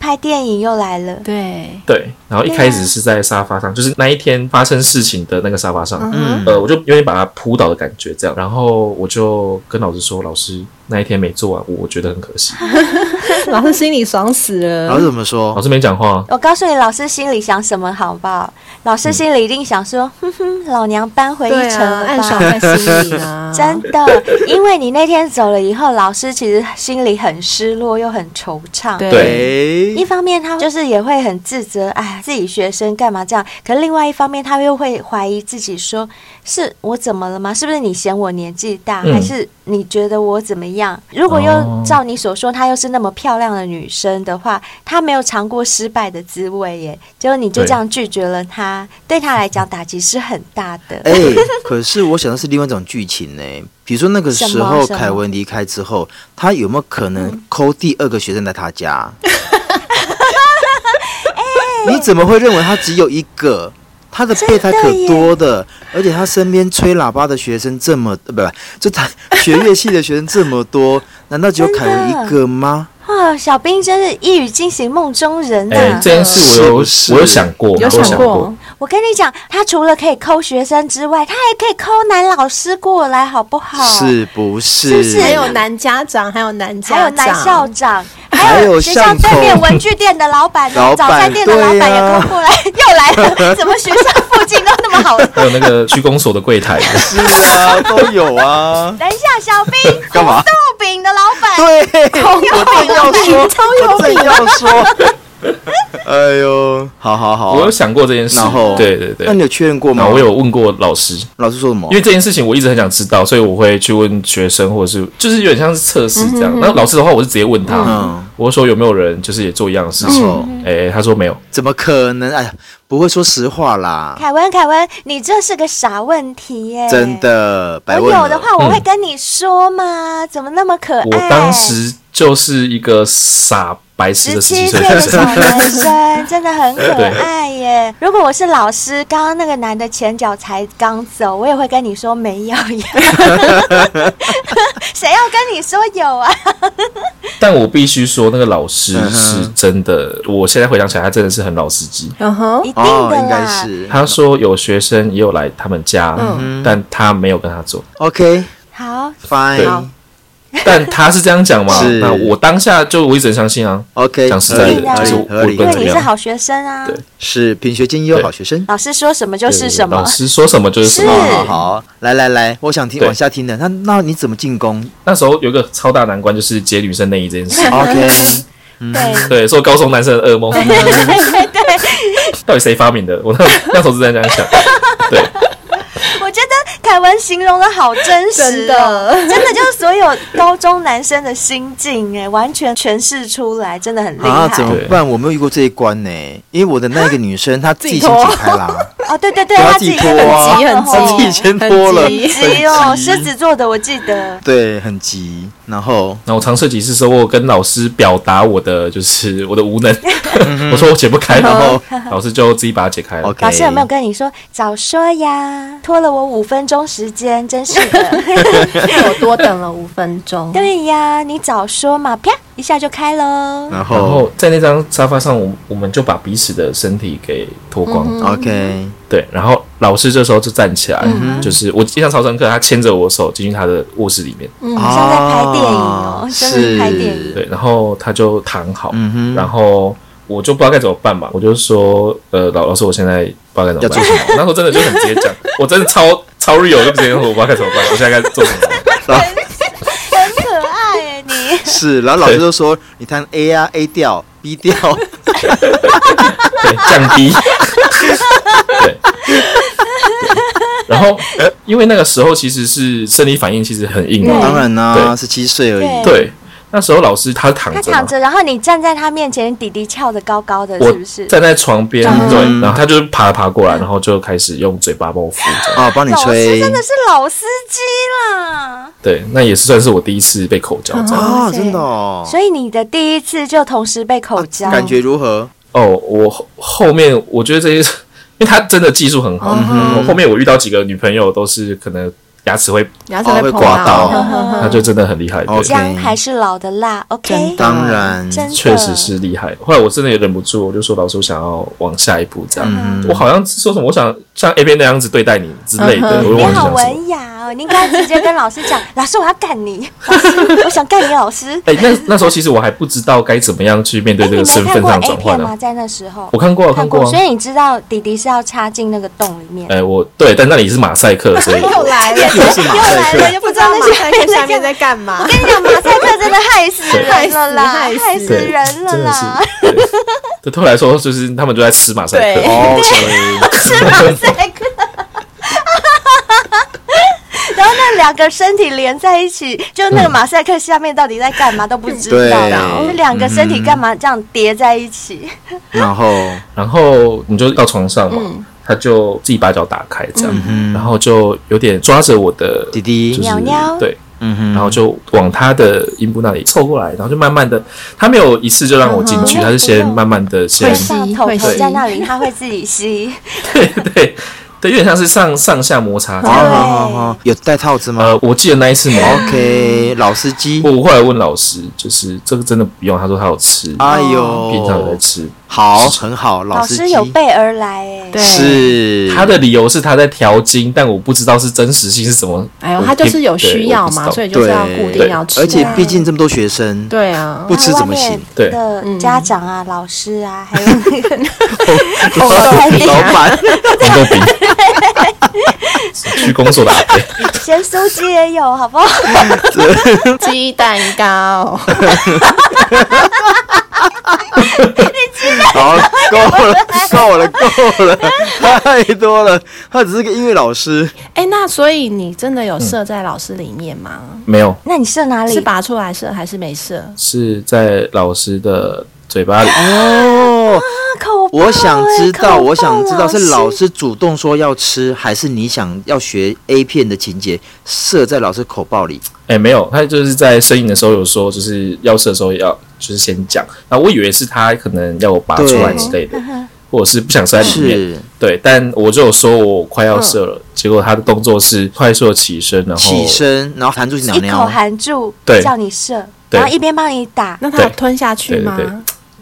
Speaker 2: 拍电影又来了。
Speaker 4: 对，
Speaker 5: 对，然后一开始是在沙发上，就是那一天发生事情的那个沙发上，嗯，呃，我就有点把他扑倒的感觉这样，然后我就跟老师说，老师那一天没做完，我我觉得很可惜。
Speaker 4: 老师心里爽死
Speaker 3: 然后
Speaker 4: 了。
Speaker 3: 怎么
Speaker 5: 老
Speaker 3: 说？
Speaker 5: 师没讲话，
Speaker 2: 我告诉你，老师心里想什么，好不好？老师心里一定想说：“哼哼，老娘扳回一
Speaker 4: 对
Speaker 2: 城
Speaker 4: 啊，
Speaker 2: 了
Speaker 4: 暗爽
Speaker 2: 吧。
Speaker 4: 在心里 啊，
Speaker 2: 真 的，因为你那天走了以后，老师其实心里很失落又很惆怅。
Speaker 5: 对
Speaker 2: 一
Speaker 3: 哎，
Speaker 2: 方面他就是也会很自责，哎，自己学生干嘛这样？可另外一方面他又会怀疑自己说，是我怎么了吗？是不是你嫌我年纪大，
Speaker 5: 嗯
Speaker 2: 还是你觉得我怎么样？如果又
Speaker 5: 哦
Speaker 2: 照你所说，她又是那么漂亮的女生的话，她没有尝过失败的滋味耶，结果你就
Speaker 5: 对
Speaker 2: 这样拒绝了她，对她来讲打击是很大的。
Speaker 3: 哎，可是我想的是另外一种剧情呢。比如说那个时
Speaker 2: 什么
Speaker 3: 候
Speaker 2: 什么嗯
Speaker 3: 凯文离开之后，他有没有可能抠第二个学生来 他家？
Speaker 2: 哎
Speaker 3: 你怎么会认为他只有一个？他的备胎可多的，而且他身边吹喇叭的学生这么，呃不不，就他学乐器的学生这 么多，难道只有凯文一个吗？
Speaker 2: 啊、小兵真是一语惊醒梦中人呐、啊
Speaker 5: 哎、这件事我有
Speaker 3: 哦是不是
Speaker 5: 我有想过，我
Speaker 4: 有
Speaker 5: 有
Speaker 4: 想
Speaker 5: 想
Speaker 4: 过
Speaker 5: 过，
Speaker 2: 我跟你讲，他除了可以抠学生之外，他还可以抠男老师过来，好不好？
Speaker 3: 是不
Speaker 2: 是不
Speaker 3: 是？
Speaker 2: 是
Speaker 4: 还有男家长，还有男家
Speaker 2: 还有男校长，
Speaker 3: 还有
Speaker 2: 学校
Speaker 3: 巷口
Speaker 2: 对面文具店的老板，
Speaker 3: 老板
Speaker 2: 早餐店的老板
Speaker 3: 对啊
Speaker 2: 也跟过来，又来 了。怎么学校附近都那么好？。
Speaker 5: 还有那个区公所的 柜台，
Speaker 3: 是啊，都有啊
Speaker 2: 等一下，小兵，
Speaker 3: 干嘛
Speaker 2: 红豆饼的老板，
Speaker 3: 对，我正要说，我正要说。 哎呦，好好好，
Speaker 5: 我有想过这件事。
Speaker 3: 然后
Speaker 5: 对对对
Speaker 3: 那，哦你有确认过
Speaker 5: 然
Speaker 3: 吗？哦
Speaker 5: 后哦我有问过老师，
Speaker 3: 老师说什么？
Speaker 5: 因为这件事情我一直很想知道，所以我会去问学生，或者是就是有点像是测试这样。那老师的话，我是直接问他，
Speaker 3: 嗯
Speaker 5: 我就说有没有人就是也做一样的事情？
Speaker 3: 嗯
Speaker 5: 哎、他说没有，
Speaker 3: 怎么可能？哎呀，不会说实话啦，
Speaker 2: 凯文，凯文，你这是个傻问题耶！
Speaker 3: 真。的。
Speaker 2: 我
Speaker 3: 白问了嗯
Speaker 2: 有的话，我会跟你说嘛。怎么那么可爱？
Speaker 5: 我当时就是一个傻白痴
Speaker 2: 十
Speaker 5: 的
Speaker 2: 七
Speaker 5: 十七
Speaker 2: 岁
Speaker 5: 岁
Speaker 2: 的
Speaker 5: 学
Speaker 2: 小
Speaker 5: 生。
Speaker 2: 男生真的很可爱耶！如果我是老师，刚刚那个男的前脚才刚走，我也会跟你说没有呀。谁要跟你说有啊？
Speaker 5: 但我必须说，那个老师
Speaker 3: 嗯哼
Speaker 5: 是真的，我现在回想起来，他真的是很老司机。
Speaker 4: 嗯哼，
Speaker 2: 一定
Speaker 3: 哦，
Speaker 2: 的
Speaker 3: 应该
Speaker 2: 啦。
Speaker 3: 是
Speaker 5: 他说有学生也有来他们家，
Speaker 3: 嗯
Speaker 5: 但他没有跟他做。
Speaker 3: OK
Speaker 2: 好，
Speaker 5: 对
Speaker 3: fine
Speaker 5: 但他是这样讲嘛
Speaker 3: 是？
Speaker 5: 那我当下就我一直很相信啊。
Speaker 3: OK，
Speaker 5: 讲实在
Speaker 2: 的
Speaker 3: 合
Speaker 2: 就是
Speaker 3: 理合理
Speaker 5: 不
Speaker 2: 因为
Speaker 5: 能我
Speaker 3: 合
Speaker 5: 怎
Speaker 3: 理
Speaker 5: 么
Speaker 2: 你
Speaker 5: 样
Speaker 2: 是好学生啊
Speaker 5: 对。
Speaker 3: 是品学兼优好学生。
Speaker 2: 老师说什么就是什
Speaker 5: 老
Speaker 2: 么。
Speaker 5: 师 说什么就是什
Speaker 2: 是
Speaker 5: 么。
Speaker 3: 好好好，来来来，我想听
Speaker 5: 对
Speaker 3: 往下听的。那那你怎么 进攻
Speaker 5: 那时候有一个超大难关，就是接女生内衣这件事。
Speaker 3: ？OK，
Speaker 2: 对，
Speaker 5: 对，是我高中男生的噩梦。 到底谁发明的？我那那时候是在这样想。对，
Speaker 2: 我觉得凯文形容的好真实、哦，真的，就是所有高中男生的心境哎，完全诠释出来，真
Speaker 3: 啊
Speaker 2: 的很厉害。
Speaker 3: 啊，怎么办？我没有遇过这一关呢，因为我的那个女生她自己先解开啦。
Speaker 2: 哦，对对对，
Speaker 3: 对他
Speaker 2: 他
Speaker 3: 自
Speaker 2: 自
Speaker 3: 己
Speaker 2: 己
Speaker 3: 脱
Speaker 2: 根本
Speaker 3: 啊
Speaker 2: 急哦 很
Speaker 3: 他
Speaker 4: 很
Speaker 2: 急，
Speaker 3: 自己先脱了，
Speaker 4: 很急
Speaker 3: 很
Speaker 2: 急哦，狮子座的我记得。
Speaker 3: 对，很急。然后
Speaker 5: 那我尝试几次时候，我有跟老师表达我的就是我的无能， 我说我解不开，然后老师就自己把它解开了。
Speaker 3: OK，
Speaker 2: 老师有没有跟你说早说呀？拖了我五分钟时间，真是的。
Speaker 6: 我多等了五分钟。
Speaker 2: 对呀，你早说嘛，啪一下就开喽。
Speaker 3: 然
Speaker 5: 然
Speaker 3: 后
Speaker 5: 后在那张沙发上，我我们就把彼此的身体给脱光，
Speaker 2: 嗯
Speaker 3: OK，
Speaker 5: 对，然后老师这时候就站起来，就是我印象超深刻，他牵着我的手进去他的卧室里面，
Speaker 2: 嗯像在拍电影哦
Speaker 3: 啊
Speaker 2: 真的是拍电影
Speaker 5: 对，然后他就躺好，
Speaker 3: 嗯哼
Speaker 5: 然后我就不知道该怎么办嘛，我就说，呃，老老师，我现在不知道该怎么办。
Speaker 3: 要做什么
Speaker 5: 我那时候真的就很直接讲， 我真的超超 real，就直接说我不知道该怎么办，我现在该做什么？
Speaker 2: 很可爱耶你。
Speaker 3: 是，然后老师就说你弹 A 啊 A 调 B 调，
Speaker 5: 对，降 低，对。然后，呃因为那个时候其实是生理反应，其实很硬
Speaker 2: 对
Speaker 5: 嘛。
Speaker 3: 当然啦，
Speaker 5: 对
Speaker 3: 十七岁而已。
Speaker 2: 对
Speaker 5: 对，那时候老师他躺
Speaker 2: 他
Speaker 5: 着嘛
Speaker 2: 躺，着，然后你站在他面前，底底翘得高高的，
Speaker 5: 我
Speaker 2: 是不是？
Speaker 5: 站在床边，
Speaker 2: 嗯
Speaker 5: 对，然后他就爬爬过来，然后就开始用嘴巴帮我扶着。
Speaker 3: 哦，帮你
Speaker 2: 老师
Speaker 3: 吹
Speaker 2: 真的是老司机啦，
Speaker 5: 对，那也是算是我第一次被口交这样。
Speaker 3: 啊，真的哦，
Speaker 2: 所以你的第一次就同时被口交，
Speaker 3: 啊感觉如何？
Speaker 2: 嗯
Speaker 5: 哦，我后后面我觉得这些，因为他真的技术很好。我后面我遇到几个女朋友都是可能牙齿会，
Speaker 4: 牙齿
Speaker 3: 哦，会
Speaker 4: 碰嗯
Speaker 3: 刮
Speaker 4: 呵
Speaker 3: 到，
Speaker 4: 呵呵
Speaker 5: 那就真的很厉害。对，
Speaker 3: OK
Speaker 2: 姜还是老的辣，OK？
Speaker 4: 真
Speaker 3: 当然，
Speaker 2: 真的
Speaker 5: 确实是厉害。后来我真的也忍不住，我就说老师，我想要往下一步这样。我好像说什么，我想像 A 片那样子对待你之类的，我
Speaker 2: 你
Speaker 5: 忘记
Speaker 2: 好
Speaker 5: 讲什么。
Speaker 2: 文雅哦，你应该直接跟老师 讲，老师我要干你， 老师我想干你，老师。
Speaker 5: 哎、那那时候其实我还不知道该怎么样去面
Speaker 2: 哎，
Speaker 5: 对这
Speaker 2: 你
Speaker 5: 个身
Speaker 2: 没看
Speaker 5: 份
Speaker 2: 过
Speaker 5: 上
Speaker 2: A
Speaker 5: 转换
Speaker 2: 片
Speaker 5: 的、
Speaker 2: 吗？在那时候
Speaker 5: 我看过，看过、啊。
Speaker 2: 所以你知道弟弟是要插进那个洞里面
Speaker 5: 哎、。我对，但那里是马赛克， 所以
Speaker 6: 又来 了，
Speaker 3: 又是马赛克，
Speaker 6: 又不知道 那些黑下面在干嘛。
Speaker 2: 跟你讲，马赛克真的害死人了啦，
Speaker 6: 害死
Speaker 2: 害死
Speaker 5: 对，
Speaker 2: 人了
Speaker 5: 真的是
Speaker 2: 啦！。
Speaker 5: 对对，对我来说，就是他们就在吃马赛克。
Speaker 6: 对
Speaker 5: 哦，
Speaker 2: 然后那两个身体连在一起，就那个马赛克下面到底在干嘛都不知道，
Speaker 3: 对
Speaker 2: 那两个身体干嘛这样叠在一起？
Speaker 3: 嗯然后
Speaker 5: 然后你就到床上嘛，
Speaker 4: 嗯
Speaker 5: 他就自己把脚打开这样，然后就有点抓着我的
Speaker 3: 嗯弟，弟
Speaker 5: 就是
Speaker 2: 尿尿
Speaker 5: 对。
Speaker 3: 嗯哼，
Speaker 5: 然后就往他的阴部那里凑过来，然后就慢慢的，他没有一次就让我进
Speaker 2: 嗯
Speaker 5: 去，
Speaker 2: 哼
Speaker 5: 他是先慢慢的先
Speaker 2: 会
Speaker 6: 会
Speaker 2: 上
Speaker 6: 吸
Speaker 2: 头
Speaker 6: 会
Speaker 2: 头
Speaker 6: 吸
Speaker 2: 在那里，它会自己吸。
Speaker 5: 对 对对，有点像是上上下摩擦这
Speaker 3: 哦
Speaker 5: 样。
Speaker 3: 好好好，有戴套子吗
Speaker 5: 呃，我记得那一次没有，
Speaker 3: ？OK，老司机，
Speaker 5: 我后来问老师，就是这个真的不用，他说他有吃，
Speaker 3: 哎
Speaker 5: 平常有在
Speaker 3: 呦，
Speaker 5: 吃，
Speaker 3: 好，很好，
Speaker 2: 老
Speaker 3: 司
Speaker 2: 师
Speaker 3: 机
Speaker 2: 有备而来，哎，
Speaker 6: 对，
Speaker 3: 是
Speaker 5: 他的理由是他在调经，但我不知道是真实性是什么。
Speaker 4: 哎呦，他就是有需要
Speaker 5: 对我
Speaker 4: 嘛，
Speaker 5: 不知道
Speaker 4: 所以就是
Speaker 3: 对
Speaker 4: 要固定要吃。啊
Speaker 3: 而且毕竟这么多学生，
Speaker 4: 对啊，
Speaker 3: 不吃怎么行？
Speaker 5: 对
Speaker 2: 的家长啊、老师啊，还有
Speaker 3: 老板，
Speaker 5: 红豆饼， 去工作的阿伯
Speaker 2: 咸酥鸡也有，好不好？
Speaker 4: 鸡蛋 糕，
Speaker 3: 好，够了，够了，够了，太多了。他只是个音乐老师，
Speaker 4: 哎，那所以你真的
Speaker 5: 嗯
Speaker 4: 有射在老师里面吗？
Speaker 5: 没有，
Speaker 2: 那你射哪
Speaker 6: 嗯
Speaker 4: 是
Speaker 2: 里？
Speaker 4: 拔出来射还是没射？
Speaker 5: 是在老师的嘴巴里。
Speaker 3: 哦，
Speaker 2: 口爆
Speaker 3: 我想知
Speaker 2: 哎口
Speaker 3: 道，
Speaker 2: 爆
Speaker 3: 我想知道
Speaker 2: 老
Speaker 3: 是老师主动说要吃，还是你想要学 A 片的情节射在老师口爆里？
Speaker 5: 哎、没有，他就是在声音的时候有说，就是要射的时候要就是先讲。那我以为是他可能要我拔出来之类的，或者是不想射在里
Speaker 3: 嗯
Speaker 5: 面。
Speaker 3: 是嗯
Speaker 5: 对，但我就有说我快要射了，结果他的动作是快速的起身，然后
Speaker 3: 起身，然后弹出去尿
Speaker 2: 一口
Speaker 3: 尿，
Speaker 2: 含住，
Speaker 5: 对
Speaker 2: 叫你射，
Speaker 5: 对
Speaker 2: 然后一边帮你打。
Speaker 4: 那他有
Speaker 5: 对
Speaker 4: 吞下去吗
Speaker 5: 对？对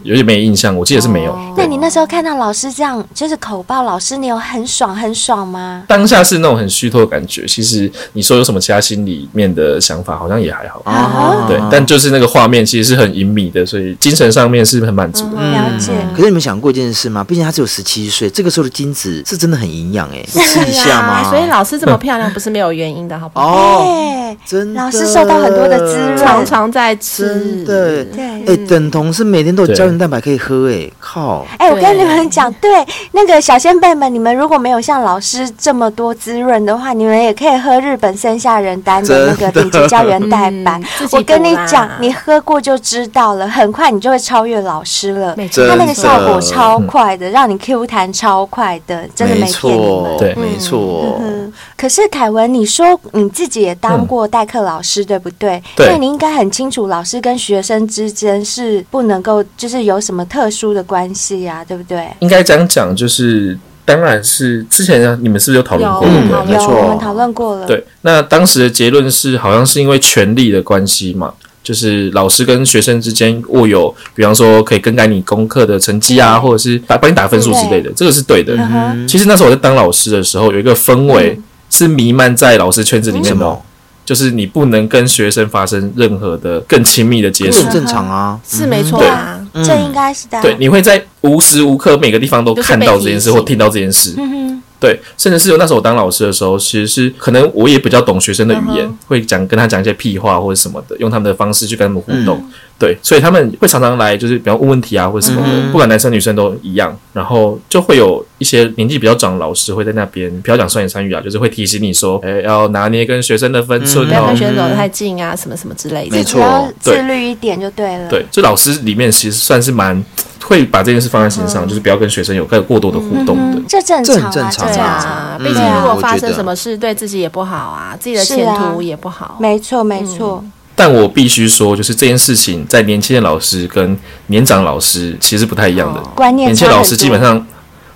Speaker 5: 有点没印象，我记得是没有。
Speaker 2: 那
Speaker 3: 哦
Speaker 5: 对
Speaker 2: 你那时候看到老师这样，就是口爆老师，你有很爽很爽吗？
Speaker 5: 当下是那种很虚脱的感觉。其实你说有什么其他心里面的想法，好像也还好。
Speaker 3: 哦
Speaker 5: 对，但就是那个画面其实是很隐秘的，所以精神上面是很满足的。
Speaker 2: 了解。
Speaker 3: 可是你们想过一件事吗？毕竟他只有十七岁，这个时候的精子是真的很营养哎， 吃一下
Speaker 4: 啊
Speaker 3: 吗？
Speaker 4: 所以老师这么漂亮不是没有原因的，好不好？
Speaker 3: 哦，
Speaker 2: 哎，
Speaker 3: 真的
Speaker 2: 老师受到很多的滋润嗯
Speaker 4: 常常在
Speaker 3: 真
Speaker 4: 吃，嗯
Speaker 3: 的，
Speaker 2: 对
Speaker 3: 哎、等同是每天都有交胶原蛋白可以喝哎、靠！
Speaker 2: 哎、我跟
Speaker 4: 对
Speaker 2: 你们讲，对那个小先辈们，你们如果没有像老师这么多滋润的话，你们也可以喝日本森下仁丹的那个顶级胶原蛋 白。
Speaker 4: 嗯自己
Speaker 2: 我跟你
Speaker 4: 补啦
Speaker 2: 讲，你喝过就知道了，很快你就会超越老师了。
Speaker 4: 没错
Speaker 3: 真
Speaker 2: 它
Speaker 3: 的
Speaker 2: 那个效果超快的，让你 Q 弹超快的，真的没骗你
Speaker 3: 错
Speaker 2: 们。，
Speaker 5: 对
Speaker 3: 没错。
Speaker 2: 嗯，可是凯文，你说你自己也当过代课老师，对不对？
Speaker 5: 对
Speaker 2: 那你应该很清楚，老师跟学生之间是不能够就是有什么特殊的关系呀、对不对？
Speaker 5: 应该这样讲，就是当然是之前啊你们是不是有讨论过？
Speaker 4: 有
Speaker 5: 对不对
Speaker 4: 讨
Speaker 2: 有
Speaker 4: 论
Speaker 3: 嗯没错
Speaker 2: 我们讨论过了。
Speaker 5: 嗯对，那当时的结论是，好像是因为权力的关系嘛，就是老师跟学生之间握有，比方说可以更改你功课的成绩啊，或者是打帮你打分数之类的，这个是对的。
Speaker 2: 嗯哼，
Speaker 5: 其实那时候我在当老师的时候，有一个氛围是弥漫在老师圈子里面
Speaker 3: 什
Speaker 5: 的
Speaker 3: 么
Speaker 5: 哦，就是你不能跟学生发生任何的更亲密的接
Speaker 3: 也
Speaker 5: 触
Speaker 3: 很。正常啊，
Speaker 4: 是没错啊，
Speaker 3: 嗯
Speaker 2: 这应该是的。
Speaker 5: 对，你会在无时无刻每个地方都看到这件事
Speaker 4: 就是被提醒
Speaker 5: 或听到这件事，
Speaker 2: 嗯哼，
Speaker 5: 对，甚至是那时候我当老师的时候，其实是可能我也比较懂学生的语
Speaker 4: 嗯
Speaker 5: 言，会讲跟他讲一些屁话或者什么的，用他们的方式去跟他们互动。
Speaker 4: 嗯
Speaker 5: 对，所以他们会常常来，就是比方问问题啊或者什么
Speaker 4: 嗯
Speaker 5: 的，不管男生女生都一样。然后就会有一些年纪比较长的老师会在那边，不要讲酸言酸语啊，就是会提醒你说，哎，要拿捏跟学生的分寸
Speaker 4: 不嗯要
Speaker 5: 哦。
Speaker 4: 跟选手走得太近啊，什么什么之类的
Speaker 3: 没。
Speaker 2: 只要
Speaker 3: 错，
Speaker 2: 自律一点就对了。
Speaker 5: 对，就老师里面其实算是蛮会把这件事放在心上，
Speaker 4: 嗯
Speaker 5: 就是不要跟学生有更过多的互动的。
Speaker 2: 嗯，这正
Speaker 3: 这
Speaker 2: 常
Speaker 3: 很
Speaker 2: 啊，
Speaker 3: 正常
Speaker 4: 对
Speaker 2: 这
Speaker 4: 啊，
Speaker 3: 嗯
Speaker 4: 毕竟如
Speaker 3: 我
Speaker 4: 果
Speaker 3: 觉
Speaker 4: 发生
Speaker 3: 得
Speaker 4: 什么事，对自己也不好啊，自己的
Speaker 2: 是
Speaker 4: 前
Speaker 2: 啊
Speaker 4: 途也不好。
Speaker 2: 没错没错。
Speaker 3: 嗯
Speaker 5: 但我必须说，就是这件事情在年轻的老师跟年长老师其实不太一样的。
Speaker 4: 哦
Speaker 2: 观念
Speaker 5: 年
Speaker 2: 差
Speaker 5: 轻的
Speaker 2: 很
Speaker 5: 老
Speaker 2: 多
Speaker 5: 师基本上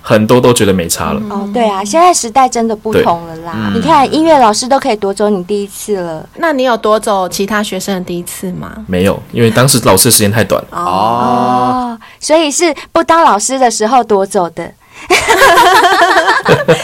Speaker 5: 很多都觉得没差了。
Speaker 2: 哦，对啊，现在时代真的不
Speaker 5: 对嗯
Speaker 2: 同了啦。你看音乐老师都可以夺走你第一次了，
Speaker 4: 那你有夺走其他学生的第一次吗？
Speaker 5: 没有，因为当时老师的时间太短了。
Speaker 3: 哦，
Speaker 2: 哦，所以是不当老师的时候夺走的。 因为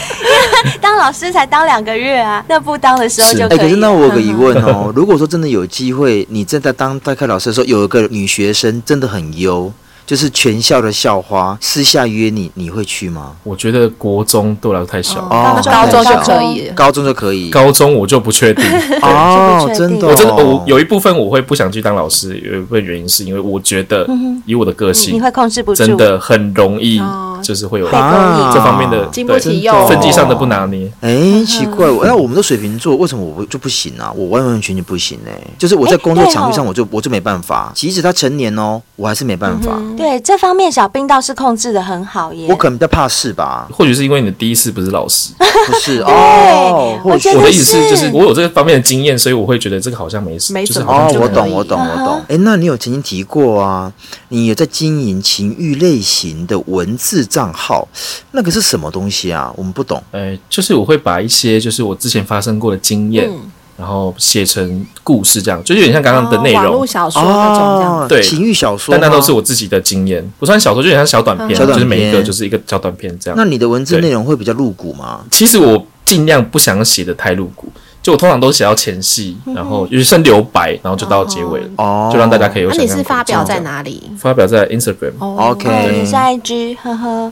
Speaker 2: 当老师才当两个月啊，那不当的时候
Speaker 5: 是
Speaker 2: 就
Speaker 3: 哎，
Speaker 2: 可
Speaker 3: 可
Speaker 2: 以嗯
Speaker 3: 是那
Speaker 2: 了。
Speaker 3: 我有个疑问哦， 如果说真的有机会，你正在当代课老师的时候，有一个女学生真的很优，就是全校的校花，私下约你，你会去吗？
Speaker 5: 我觉得国中对我来说太小，
Speaker 3: 哦
Speaker 4: 那高中就
Speaker 2: 嗯高中
Speaker 4: 可以了。
Speaker 3: 高中就 可以，
Speaker 5: 高中我就不确定。
Speaker 2: 就
Speaker 3: 哦
Speaker 2: 不，确定
Speaker 3: 真的哦，
Speaker 5: 我真的我有一部分我会不想去当老师，有一部分原因是因为我觉得以我的个
Speaker 2: 你
Speaker 5: 性
Speaker 2: 会，控制不住，
Speaker 5: 真的很容易
Speaker 4: 哦
Speaker 5: 就是会有
Speaker 3: 啊
Speaker 5: 这方面的
Speaker 4: 经不起
Speaker 5: 对
Speaker 4: 诱
Speaker 5: 分际上的不拿捏。
Speaker 3: 哎，奇怪，我那我们都水瓶座，为什么我不就不行啊？我完完全全不行哎、就是我在工作
Speaker 2: 对哦
Speaker 3: 场域上，我就、我就没办法，即使他成年哦，我还是没办法。
Speaker 2: 对这方面，小兵倒是控制的很好耶
Speaker 3: 我。可能比较怕 事吧，
Speaker 5: 或许是因为你的第一次不是老师，
Speaker 3: 不是哦，
Speaker 2: 我
Speaker 3: 或
Speaker 2: 觉
Speaker 3: 许
Speaker 5: 我
Speaker 2: 得
Speaker 5: 的意思
Speaker 2: 是
Speaker 5: 就是我有这个方面的经验，所以我会觉得这个好像没事，
Speaker 4: 没
Speaker 5: 就是
Speaker 4: 怎么
Speaker 5: 好像
Speaker 3: 哦，
Speaker 5: 就
Speaker 3: 我
Speaker 5: 可
Speaker 3: 懂，
Speaker 5: 以
Speaker 3: 我懂，我
Speaker 2: 啊
Speaker 3: 懂
Speaker 2: 哈。
Speaker 3: 哎，那你有曾经提过啊，你有在经营情欲类型的文字账号，那个是什么东西啊？我们不懂。
Speaker 5: 呃，就是我会把一些就是我之前发生过的经验，
Speaker 4: 嗯
Speaker 5: 然后写成故事，这样就有点像刚刚的内
Speaker 4: 哦网
Speaker 5: 容
Speaker 4: 络，小说那种这样
Speaker 3: 哦
Speaker 4: 子。，
Speaker 5: 对
Speaker 3: 情欲小说
Speaker 5: 但
Speaker 3: 吗，
Speaker 5: 那都是我自己的经验，不算小说，就有点像小短
Speaker 4: 嗯
Speaker 5: 片，啊
Speaker 3: 小短
Speaker 5: 就是每一个
Speaker 3: 片
Speaker 5: 就是一个小短片这
Speaker 3: 那
Speaker 5: 样。
Speaker 3: 你的文字
Speaker 5: 对
Speaker 3: 内容会比较露骨吗？
Speaker 5: 其实我尽量不想写的太露骨，就我通常都写到前戏，
Speaker 4: 嗯
Speaker 5: 然后有剩留白，然后就到结尾了，
Speaker 3: 哦，
Speaker 5: 就让大家可以有
Speaker 4: 那
Speaker 5: 想
Speaker 4: 你
Speaker 5: 象
Speaker 4: 是
Speaker 5: 空
Speaker 4: 发
Speaker 5: 间
Speaker 4: 表在
Speaker 5: 这样？
Speaker 4: 哪里？
Speaker 5: 发表在 Instagram。
Speaker 4: 哦
Speaker 3: OK，、
Speaker 2: 哦，你是 IG，呵呵。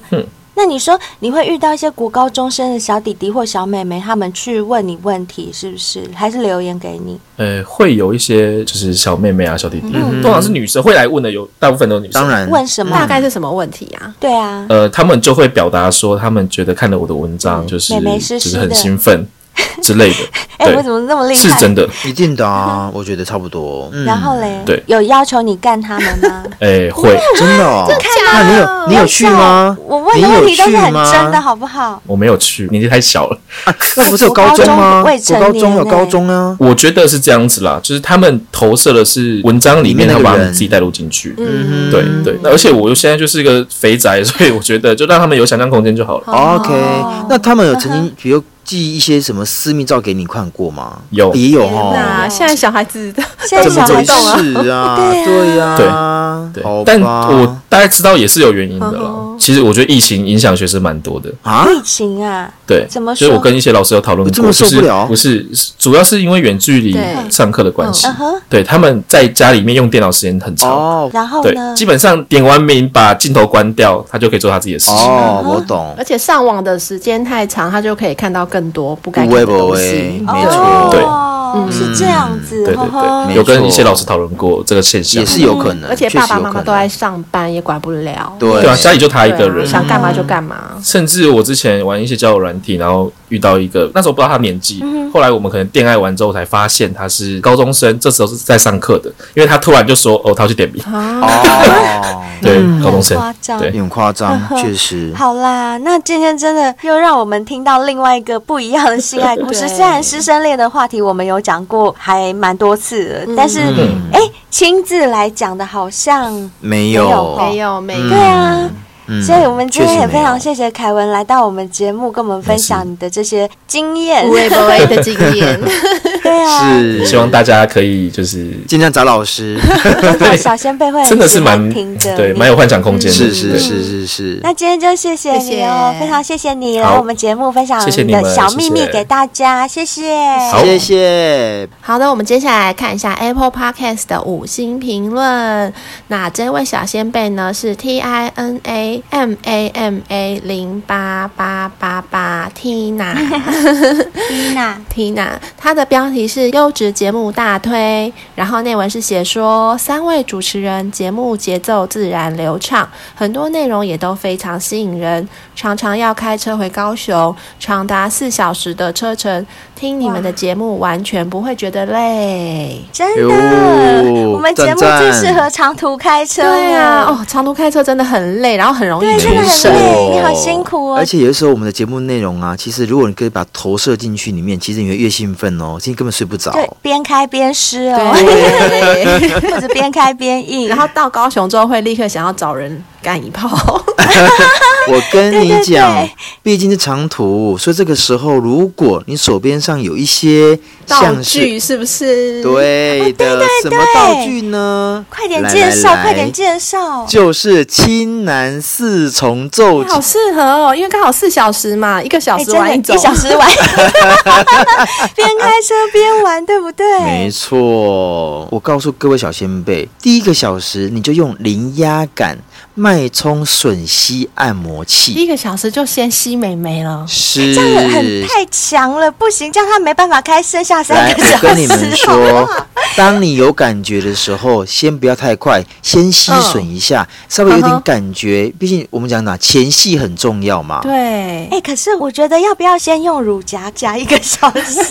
Speaker 2: 那你说你会遇到一些国高中生的小弟弟或小妹妹，他们去问你问题，是不是？还是留言给你？
Speaker 5: 呃，会有一些就是小妹妹啊、小弟弟，通常是女生会来问的有，大部分都是女生。
Speaker 3: 当然
Speaker 2: 问什
Speaker 4: 大
Speaker 2: 么？
Speaker 4: 概是什么问题啊？
Speaker 2: 对啊，
Speaker 5: 呃，他们就会表达说，他们觉得看了我的文章，就是
Speaker 2: 美美湿湿
Speaker 5: 就
Speaker 2: 的
Speaker 5: 是很兴奋 之类的。
Speaker 2: 哎，
Speaker 5: 对
Speaker 2: 我怎么那么厉害？
Speaker 5: 是真的，
Speaker 3: 一定的啊，我觉得差不多。嗯
Speaker 2: 然后嘞，
Speaker 5: 对
Speaker 2: 有要求你干他们吗？
Speaker 5: 哎，会，
Speaker 3: 真的哦，那你 有你有去吗？
Speaker 2: 我问
Speaker 3: 你
Speaker 2: 的
Speaker 3: 有
Speaker 2: 问题都
Speaker 3: 去
Speaker 2: 是很
Speaker 3: 吗
Speaker 2: 真的，好不好？
Speaker 5: 我没有去，年纪太小了。
Speaker 3: 啊那不是有
Speaker 2: 国
Speaker 3: 高
Speaker 2: 高
Speaker 3: 中
Speaker 2: 中
Speaker 3: 吗？
Speaker 2: 未
Speaker 3: 国
Speaker 2: 成
Speaker 3: 高中
Speaker 2: 年
Speaker 3: 有
Speaker 2: 呢
Speaker 3: 高中啊，
Speaker 5: 我觉得是这样子啦，就是他们投射的是文章里
Speaker 3: 里面
Speaker 5: 面，
Speaker 3: 那
Speaker 5: 他
Speaker 3: 个
Speaker 5: 把他
Speaker 3: 人
Speaker 5: 们自己带入进去。
Speaker 4: 嗯，
Speaker 5: 对对，那而且我现在就是一个肥宅， 所以我觉得就让他们有想象空间就好了。
Speaker 3: OK，那他们有曾经比如寄一些什么私密照给你看过吗？
Speaker 5: 有
Speaker 3: 也有
Speaker 2: 天哪
Speaker 3: 哦，
Speaker 4: 那现在小孩子的
Speaker 2: 现在
Speaker 3: 怎
Speaker 2: 小
Speaker 3: 么
Speaker 2: 孩
Speaker 3: 回
Speaker 2: 子
Speaker 3: 事啊？对呀，
Speaker 5: 对
Speaker 3: 好，吧
Speaker 5: 但我大概知道也是有原因的
Speaker 2: 嗯
Speaker 5: 啦。其实我觉得疫情影响学生蛮多的。
Speaker 3: 啊，
Speaker 2: 疫情啊，
Speaker 5: 对，
Speaker 2: 怎么
Speaker 5: 就是
Speaker 2: 说
Speaker 5: 我跟一些老师有讨论过，
Speaker 3: 我这么受不了
Speaker 5: 就是不是，主要是因为远距离
Speaker 4: 对
Speaker 5: 上课的关系
Speaker 2: 嗯哼，
Speaker 5: 对他们在家里面用电脑时间很长，
Speaker 3: 哦
Speaker 2: 然后
Speaker 5: 对，
Speaker 2: 呢
Speaker 5: 基？本上点完名把镜头关掉，他就可以做他自己的事情。
Speaker 3: 哦，我懂
Speaker 5: 嗯
Speaker 4: 而，且上网的时间太长，他就可以看到更多不该看
Speaker 3: 微
Speaker 4: 的
Speaker 3: 不
Speaker 4: 东
Speaker 3: 微，
Speaker 4: 西。
Speaker 3: 没
Speaker 5: 对
Speaker 3: 错，嗯
Speaker 2: 哦哦，是这样子，
Speaker 5: 对对
Speaker 2: 呵呵
Speaker 5: 对，
Speaker 3: 没
Speaker 5: 有跟
Speaker 3: 错
Speaker 5: 一些老师讨论过这个现象
Speaker 3: 也。是有可能，
Speaker 4: 嗯而
Speaker 3: 确
Speaker 4: 且
Speaker 3: 实
Speaker 4: 爸爸
Speaker 3: 有
Speaker 4: 妈
Speaker 3: 可
Speaker 4: 妈
Speaker 3: 能
Speaker 4: 都在上班，也管不了。
Speaker 3: 对
Speaker 5: 对啊，家里就他一
Speaker 4: 对啊
Speaker 5: 个人，
Speaker 4: 想干嘛就干嘛。
Speaker 5: 甚至我之前玩一些交友软体，然后遇到一个那时候不知道他年纪，后来我们可能恋爱完之后才发现他是高中生，这时候是在上课的，因为他突然就说哦，他要去点名，
Speaker 4: 啊
Speaker 3: 哦，
Speaker 5: 对，高中
Speaker 2: 很
Speaker 5: 生
Speaker 2: 夸，张
Speaker 5: 对
Speaker 3: 有，点夸张，确实。
Speaker 2: 好啦，那今天真的又让我们听到另外一个不一样的性爱故事。
Speaker 4: 对
Speaker 2: 虽然师生恋的话题我们有讲过还蛮多次的，但是
Speaker 5: 嗯
Speaker 2: 哎，亲自来讲的好像
Speaker 3: 没
Speaker 2: 有
Speaker 3: 有，
Speaker 4: 没有没有，
Speaker 2: 对啊。
Speaker 3: 嗯
Speaker 2: 所以，我们今天
Speaker 3: 确
Speaker 2: 也
Speaker 3: 实没
Speaker 2: 非
Speaker 3: 有
Speaker 2: 常谢谢凯文来到我们节目，跟我们分享你的这些经验。
Speaker 5: 啊
Speaker 4: 无微不微的经 验，
Speaker 2: 对啊，
Speaker 3: 是
Speaker 5: 希望大家可以就是
Speaker 3: 尽量找老 师，
Speaker 2: 对小先辈会很
Speaker 5: 真的
Speaker 2: 喜
Speaker 5: 是
Speaker 2: 欢
Speaker 5: 蛮
Speaker 2: 听着你
Speaker 5: 对，
Speaker 2: 嗯
Speaker 5: 蛮有幻想空间的，
Speaker 3: 是是
Speaker 5: 对
Speaker 3: 是是是
Speaker 2: 那。今天就谢谢你哦，
Speaker 4: 谢谢
Speaker 2: 非常谢谢你
Speaker 5: 好
Speaker 2: 来我们节目分享
Speaker 5: 谢谢
Speaker 2: 你
Speaker 5: 你
Speaker 2: 的
Speaker 5: 们
Speaker 2: 小秘密
Speaker 5: 谢谢
Speaker 2: 给大家，谢谢。
Speaker 5: 好
Speaker 3: 谢谢，
Speaker 4: 好的，我们接下来看一下 Apple Podcast 的五星评论。那这位小先辈呢是 T I N A M A M A 零八八八八 Tina
Speaker 2: 娜，
Speaker 4: Tina，她的标题是优质节目大推，然后内文是写说三位主持人节目节奏自然流畅，很多内容也都非常吸引人，常常要开车回高雄，长达四小时的车程，听你们的节目完全不会觉得累。
Speaker 3: 哎
Speaker 2: 真
Speaker 3: 呦
Speaker 2: 的，我们节目
Speaker 3: 赞
Speaker 2: 最
Speaker 3: 赞
Speaker 2: 适合长途开车了。
Speaker 4: 对啊，哦，长途开车真的很累，然后很容易
Speaker 2: 对真
Speaker 4: 出
Speaker 2: 的很
Speaker 4: 神。
Speaker 2: 累你好辛苦哦
Speaker 3: 而且有的时候我们的节目内容啊，其实如果你可以把投射进去里面，其实你会越兴奋哦，今天根本睡不着。
Speaker 2: 对，边开边湿哦，
Speaker 4: 对，
Speaker 2: 或者边开边 硬。
Speaker 4: 然后到高雄之后会立刻想要找人干一炮。
Speaker 3: 我跟你
Speaker 2: 对对
Speaker 3: 讲
Speaker 2: 对，
Speaker 3: 毕竟是长途，所以这个时候如果你手边上有一些
Speaker 4: 道
Speaker 3: 像是
Speaker 4: 具是不是？，
Speaker 2: 哦
Speaker 3: 对的，什么道具呢？
Speaker 2: 快点
Speaker 3: 来
Speaker 2: 介绍，快点，
Speaker 3: 来来
Speaker 2: 介绍。
Speaker 3: 就是青南四重奏
Speaker 4: 好适合哦，因为刚好四小时嘛，一个小
Speaker 2: 哎，
Speaker 4: 时
Speaker 2: 真的，
Speaker 4: 玩种，
Speaker 2: 一小时 玩，边开车边玩，对不
Speaker 3: 没
Speaker 2: 对？
Speaker 3: 错，我告诉各位小先辈，第一个小时你就用零压感脉冲吮吸按摩
Speaker 4: 第
Speaker 3: 器，
Speaker 4: 一个小时就先吸美眉了。
Speaker 3: 是
Speaker 2: 这样很太强了，不行，这样他没办法开剩下三
Speaker 3: 来，
Speaker 2: 个小
Speaker 3: 我
Speaker 2: 时。
Speaker 3: 跟你们
Speaker 2: 好不
Speaker 3: 说
Speaker 2: 好，
Speaker 3: 当你有感觉的时候，先不要太快，先吸吮一下，稍微有
Speaker 4: 嗯
Speaker 3: 点
Speaker 4: 哼
Speaker 3: 感觉。毕竟我们讲哪，前戏很重要嘛。
Speaker 4: 对，
Speaker 2: 哎、可是我觉得要不要先用乳夹夹一个小时，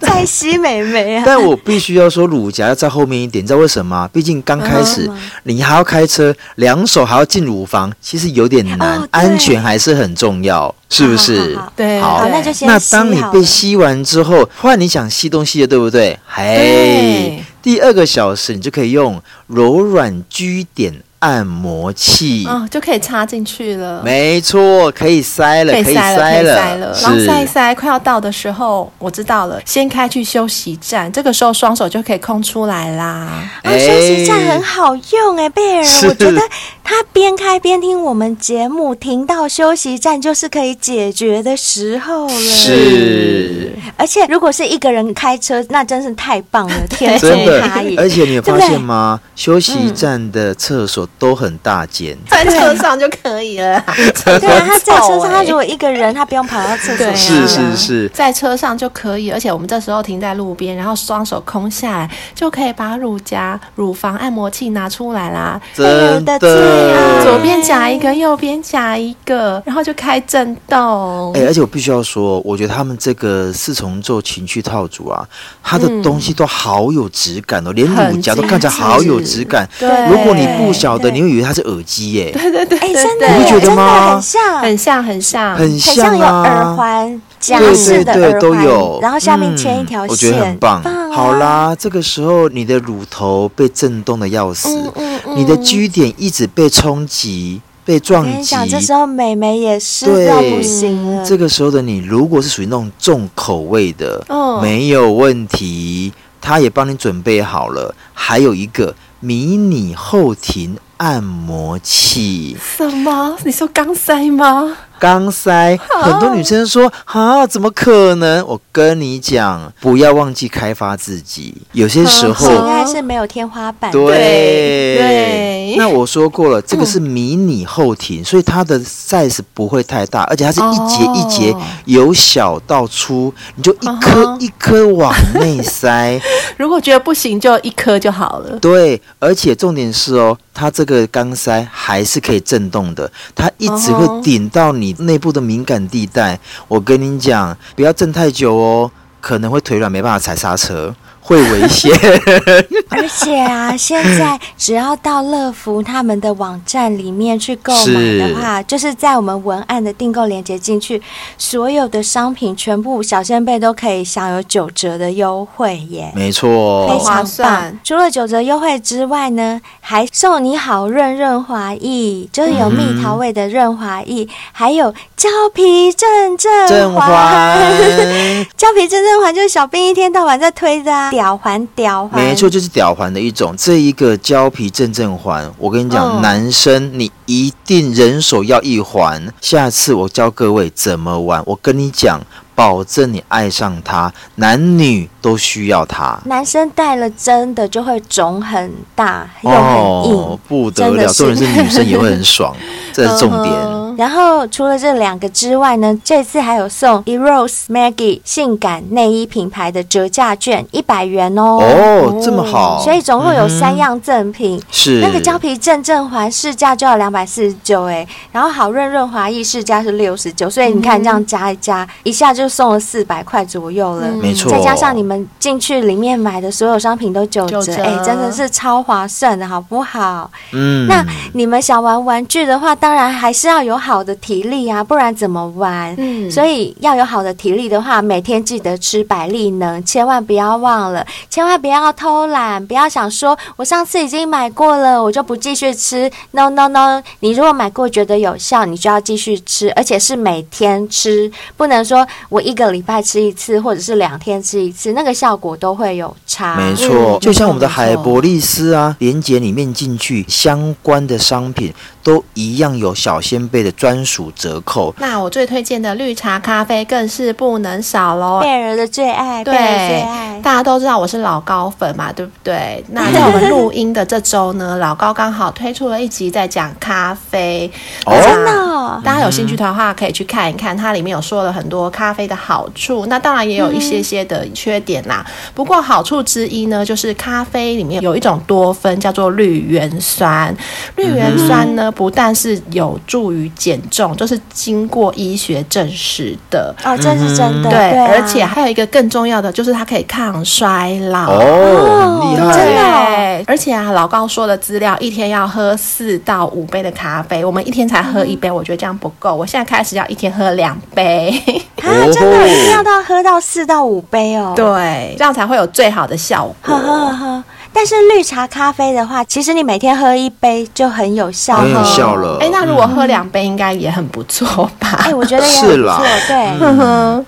Speaker 2: 再吸美眉 啊？
Speaker 3: 但我必须要说，乳夹要在后面一点，你知道为什么吗？毕竟刚开始，
Speaker 2: 嗯
Speaker 3: 你还要开车，两手还要进乳房，其实有点难，
Speaker 2: 哦对
Speaker 3: 安全还是很重要，是不是？
Speaker 2: 好好好
Speaker 4: 对
Speaker 2: 好，
Speaker 3: 好
Speaker 2: 那就先
Speaker 3: 那
Speaker 2: 吸
Speaker 3: 当你
Speaker 2: 好
Speaker 3: 被
Speaker 2: 了
Speaker 3: 吸完之后，换你想吸东西了，对不对？嘿
Speaker 4: 对，
Speaker 3: 第二个小时你就可以用柔软居点按摩器。
Speaker 4: 嗯，就可以插进去了。
Speaker 3: 没错，可以塞了，
Speaker 4: 可以
Speaker 3: 以
Speaker 4: 塞了，可以塞了，然后
Speaker 3: 是
Speaker 4: 塞一塞，快要到的时候，我知道了，先开去休息站，这个时候双手就可以空出来啦。
Speaker 2: 哦，休息站很好用哎、贝尔，
Speaker 3: 哎是
Speaker 2: 我觉得他边开边听我们节目，停到休息站就是可以解决的时候了。，
Speaker 3: 是，
Speaker 2: 而且如果是一个人开车，那真是太棒 了，天作
Speaker 3: 真的
Speaker 2: 他也。。
Speaker 3: 而且你有
Speaker 2: 对不
Speaker 3: 发
Speaker 2: 对
Speaker 3: 现吗？休息站的厕所都很大间，
Speaker 4: 在车上就可以 了啦，
Speaker 2: 对啊，他在车
Speaker 4: 很臭
Speaker 2: 上，
Speaker 4: 欸
Speaker 2: 他如果一个人，他不用跑到厕所
Speaker 4: 对啊
Speaker 2: 去。
Speaker 3: 是是是。
Speaker 4: 在车上就可以，而且我们这时候停在路边，然后双手空下来，就可以把乳夹、乳房按摩器拿出来啦，
Speaker 3: 真
Speaker 2: 哎呦我的最
Speaker 3: 嗯
Speaker 2: 爱
Speaker 4: 左边夹一个，右边夹一个，然后就开震动。
Speaker 3: 哎、而且我必须要说，我觉得他们这个四重奏情趣套组啊，它的东西都好有质感哦，连
Speaker 4: 很
Speaker 2: 嗯
Speaker 3: 乳夹都
Speaker 4: 精
Speaker 3: 看起来好有
Speaker 4: 致
Speaker 3: 质感。
Speaker 4: 对，
Speaker 3: 如果你不晓得，你会以为它是耳机耶、
Speaker 2: 哎，真的，
Speaker 4: 你
Speaker 3: 不觉得
Speaker 2: 真的
Speaker 3: 吗
Speaker 2: 很像，
Speaker 4: 很像，很像，
Speaker 3: 很
Speaker 2: 很像
Speaker 3: 像
Speaker 2: 有耳
Speaker 3: 啊。
Speaker 2: 环、夹
Speaker 3: 对
Speaker 2: 式
Speaker 3: 对
Speaker 2: 的
Speaker 3: 对，
Speaker 2: 耳
Speaker 3: 都
Speaker 2: 环，
Speaker 3: 有。
Speaker 2: 然后下面
Speaker 3: 嗯
Speaker 2: 牵一条线，
Speaker 3: 我觉得很棒。
Speaker 2: 啊
Speaker 3: 好，啦，这个时候你的乳头被震动的要死，
Speaker 2: 嗯
Speaker 3: 你的 G 点一直被冲击、被
Speaker 2: 我
Speaker 3: 撞
Speaker 2: 跟你
Speaker 3: 击
Speaker 2: 讲，，这时候美眉也湿
Speaker 3: 对
Speaker 2: 到不行了。
Speaker 3: 这个时候的你，如果是属于那种重口味的，
Speaker 2: 哦
Speaker 4: 嗯
Speaker 3: 没有问题，他也帮你准备好了。还有一个迷你后庭按摩器，
Speaker 4: 什么？你说钢塞吗？
Speaker 3: 肛塞。
Speaker 2: 哦
Speaker 3: 很多女生说啊，怎么可能？我跟你讲，不要忘记开发自己。有些时
Speaker 2: 性
Speaker 3: 候，
Speaker 2: 哦爱是没有天花板的。
Speaker 3: 对
Speaker 7: 对
Speaker 3: 那我说过了，这个是迷你后庭，所以它的 size 不会太大，而且它是一节一节，
Speaker 4: 哦
Speaker 3: 由小到粗，你就一
Speaker 4: 嗯
Speaker 3: 颗
Speaker 4: 哼
Speaker 3: 一颗往内塞。
Speaker 4: 如果觉得不行，就一颗就好了。
Speaker 3: 对，而且重点是哦，它这个钢塞还是可以震动的，它一直
Speaker 4: 哦吼
Speaker 3: 会顶到你内部的敏感地带。我跟你讲，不要震太久哦，可能会腿软，没办法踩刹车，会危险。
Speaker 2: 而且啊，现在只要到乐福他们的网站里面去购买的话，就是在我们文案的订购链接进去，所有的商品全部小仙贝都可以享有九折的优惠耶。
Speaker 3: 没
Speaker 2: 非
Speaker 3: 错，
Speaker 2: 常
Speaker 4: 划算
Speaker 2: 棒！除了九折优惠之外呢，还送你好润润滑液，就是有蜜桃味的润滑液，还有胶皮正正
Speaker 3: 正
Speaker 2: 环。
Speaker 3: 环，
Speaker 2: 胶皮正正环就是小兵一天到晚在推的啊，屌环屌环，
Speaker 3: 没错，就是吊环的一种。这一个胶皮正正环，我跟你讲，
Speaker 4: 嗯
Speaker 3: 男生你一定人手要一环。下次我教各位怎么玩，我跟你讲，保证你爱上它，男女都需要它。
Speaker 2: 男生戴了真的就会肿很大又很硬。
Speaker 3: 哦，不得
Speaker 2: 真
Speaker 3: 了！
Speaker 2: 的是
Speaker 3: 重点是女生也会很爽，这 是重点。
Speaker 4: 嗯哼
Speaker 2: 然后除了这两个之外呢，这次还有送 Eros Maggie 性感内衣品牌的折价券一百元哦。
Speaker 3: 哦，这么好，
Speaker 2: 所以总共有三
Speaker 3: 嗯
Speaker 2: 样赠品。
Speaker 3: 是
Speaker 2: 那个胶皮正正环市价就要两百四十九哎，然后好润润滑液市价是六十九，所以你看这样加一加，一下就送了四百块左右了。
Speaker 3: 没错，
Speaker 2: 再加上你们进去里面买的所有商品都九
Speaker 4: 九
Speaker 2: 折，
Speaker 4: 折
Speaker 2: 哎、真的是超划算的，好不好？
Speaker 3: 嗯，
Speaker 2: 那你们想玩玩具的话，当然还是要有好的体力啊，不然怎么玩？
Speaker 4: 嗯
Speaker 2: 所以要有好的体力的话，每天记得吃百利能，千万不要忘了，千万不要偷懒，不要想说我上次已经买过了，我就不继续吃。No No No，你如果买过觉得有效，你就要继续吃，而且是每天吃，不能说我一个礼拜吃一次，或者是两天吃一次，那个效果都会有差。
Speaker 3: 没错，就像我们的
Speaker 4: 啊嗯没
Speaker 3: 海
Speaker 4: 错
Speaker 3: 博利斯啊，连接里面进去相关的商品都一样有小仙贝的专属折扣。
Speaker 4: 那我最推荐的绿茶咖啡更是不能少喽。
Speaker 2: 贝尔的最爱，贝
Speaker 4: 对
Speaker 2: 尔最爱，。
Speaker 4: 大家都知道我是老高粉嘛，对不对？那在我们录音的这周 呢，老高刚好推出了一集在讲咖啡，
Speaker 3: 哦
Speaker 4: 那
Speaker 2: 真的哦
Speaker 4: 大家有兴趣的话可以去看一看，它里面有说了很多咖啡的好处，那当然也有一些些的缺点啦。不过好处之一呢，就是咖啡里面有一种多酚叫做绿原酸，绿原酸呢不但是有助于减重，就是经过医学证实的。
Speaker 2: 哦，这是真的，
Speaker 4: 嗯对，
Speaker 2: 啊
Speaker 4: 而且还有一个更重要的就是它可以抗衰老。
Speaker 3: 哦，很厉
Speaker 2: 哦真
Speaker 3: 害
Speaker 2: 的。
Speaker 4: 对，而且啊，老高说的资料，一天要喝四到五杯的咖啡，我们一天才喝一杯，我觉得这样不够。我现在开始要一天喝两杯，
Speaker 2: 啊，真
Speaker 4: 哦
Speaker 2: 的一定要到喝到四到五杯 哦。
Speaker 4: 对，这样才会有最好的效
Speaker 2: 呵呵
Speaker 4: 果。
Speaker 2: 呵。但是绿茶咖啡的话，其实你每天喝一杯就很有效
Speaker 3: 很有
Speaker 2: 了。
Speaker 3: 嗯效了。
Speaker 4: 哎，那如果喝两杯，应该也很不错吧
Speaker 2: 哎、？我觉得也
Speaker 3: 是
Speaker 2: 很不
Speaker 3: 啦
Speaker 2: 错，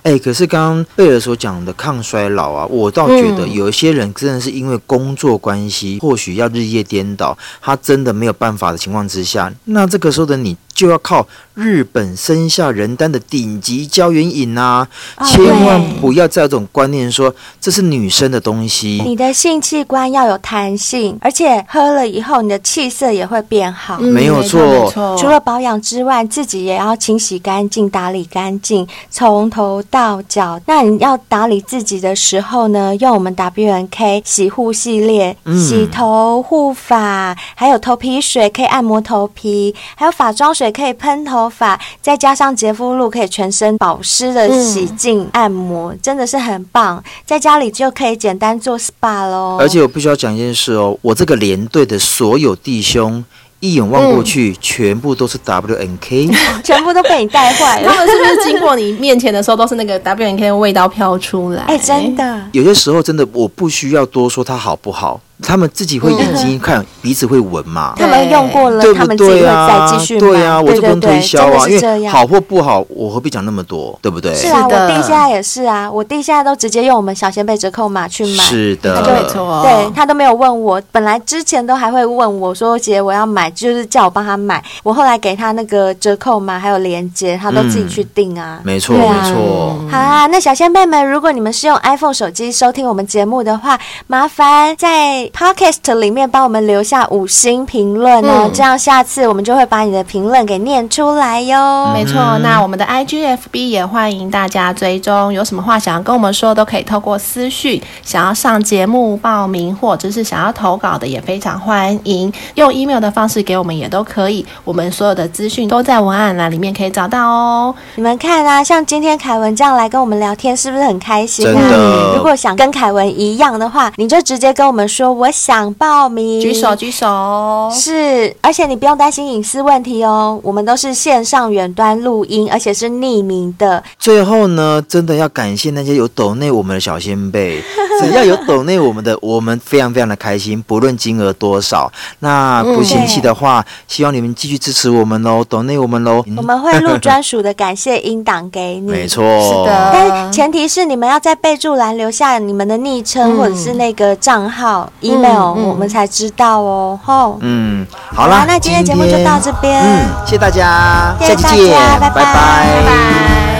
Speaker 2: 对。
Speaker 3: 哎、可是刚刚贝尔所讲的抗衰老啊，我倒觉
Speaker 4: 嗯
Speaker 3: 得有一些人真的是因为工作关系，或许要日夜颠倒，他真的没有办法的情况之下，那这个时候的你就要靠日本生下人丹的顶级胶原饮啊，
Speaker 2: 哦
Speaker 3: 千万
Speaker 2: 对
Speaker 3: 不要再有这种观念说这是女生的东西。
Speaker 2: 你的性器官要有弹性，而且喝了以后，你的气色也会变好。
Speaker 4: 嗯
Speaker 3: 没有错
Speaker 4: 没错
Speaker 3: 哦
Speaker 2: 除了保养之外，自己也要清洗干净、打理干净，从头到脚。那你要打理自己的时候呢，用我们 W N K 洗护系列，
Speaker 3: 嗯
Speaker 2: 洗头、护发，还有头皮水可以按摩头皮，还有发妆水可以喷头发，再加上洁肤露可以全身保湿的
Speaker 3: 嗯
Speaker 2: 洗净按摩，真的是很棒。在家里就可以简单做 SPA 喽。
Speaker 3: 而且我必须要讲一件事哦，我这个连队的所有弟兄。一眼望过去，
Speaker 2: 嗯
Speaker 3: 全部都是 W N K，
Speaker 2: 全部都被你带坏
Speaker 4: 他
Speaker 2: 了。
Speaker 4: 们是不是经过你面前的时候，都是那个 W N K 的味道飘出来？
Speaker 2: 哎、真的。
Speaker 3: 有些时候真的我不需要多说它好不好，他们自己
Speaker 2: 嗯
Speaker 3: 会眼睛看，鼻子会闻嘛。
Speaker 2: 他们用过了，
Speaker 3: 对
Speaker 2: 他
Speaker 3: 不
Speaker 2: 们自己
Speaker 3: 对
Speaker 2: 会
Speaker 3: 啊？
Speaker 2: 再继续买。
Speaker 3: 对啊，我
Speaker 2: 对
Speaker 3: 就不
Speaker 2: 对
Speaker 3: 能推
Speaker 2: 对，
Speaker 3: 销
Speaker 2: 真的
Speaker 3: 啊，
Speaker 2: 是
Speaker 3: 因
Speaker 2: 这
Speaker 3: 为
Speaker 2: 样。
Speaker 3: 好或不好，我何必讲那么多，对不对？
Speaker 2: 是啊，
Speaker 4: 是
Speaker 2: 我
Speaker 4: 的
Speaker 2: 弟现在也是啊，我弟现在都直接用我们小仙贝折扣码去买。
Speaker 3: 是的，
Speaker 4: 那就没错。
Speaker 2: 对他都没有问我，本来之前都还会问我说姐我要买，就是叫我帮他买。我后来给他那个折扣码还有链接，他都自己
Speaker 3: 嗯
Speaker 2: 去订啊。
Speaker 3: 没错，
Speaker 2: 对啊
Speaker 3: 没错。
Speaker 2: 好啊，那小先辈们，如果你们是用 iPhone 手机收听我们节目的话，麻烦在 Podcast 里面帮我们留下五星评论哦，这样下次我们就会把你的评论给念出来哟。
Speaker 4: 没错，那我们的 IGFB 也欢迎大家追踪，有什么话想要跟我们说，都可以透过私讯。想要上节目报名，或者是想要投稿的，也非常欢迎用 email 的方式给我们，也都可以。我们所有的资讯都在文案栏里面可以找到哦。
Speaker 2: 你们看啊，像今天凯文这样来跟我们聊天，是不是很开心
Speaker 3: 真
Speaker 2: 啊
Speaker 3: 的？
Speaker 2: 如果想跟凯文一样的话，你就直接跟我们说我想报名，
Speaker 4: 举手，。举手。
Speaker 2: 是，而且你不用担心隐私问题哦，我们都是线上远端录音，而且是匿名的，
Speaker 3: 最后呢，真的要感谢那些有抖内我们的小先辈，只要有抖内我们的，我们非常非常的开心，不论金额多少。那不嫌弃的话，希望你们继续支持我们喽，抖内我们喽。
Speaker 2: 我们会录专属的感谢音档给你。
Speaker 3: 嗯 没错，
Speaker 4: 是的
Speaker 2: 但前提是你们要在备注栏留下你们的昵称、
Speaker 4: 嗯
Speaker 2: 或者是那个账号、email，、
Speaker 4: 嗯
Speaker 2: 我们才知道哦。吼、
Speaker 3: 嗯，好
Speaker 2: 好
Speaker 3: 啦嗯
Speaker 2: 啦，那今天节目就到这边
Speaker 3: 嗯，谢谢大家，
Speaker 2: 谢谢
Speaker 3: 下期
Speaker 2: 大家
Speaker 3: 见，
Speaker 2: 拜拜
Speaker 3: 拜
Speaker 2: 拜
Speaker 4: 拜。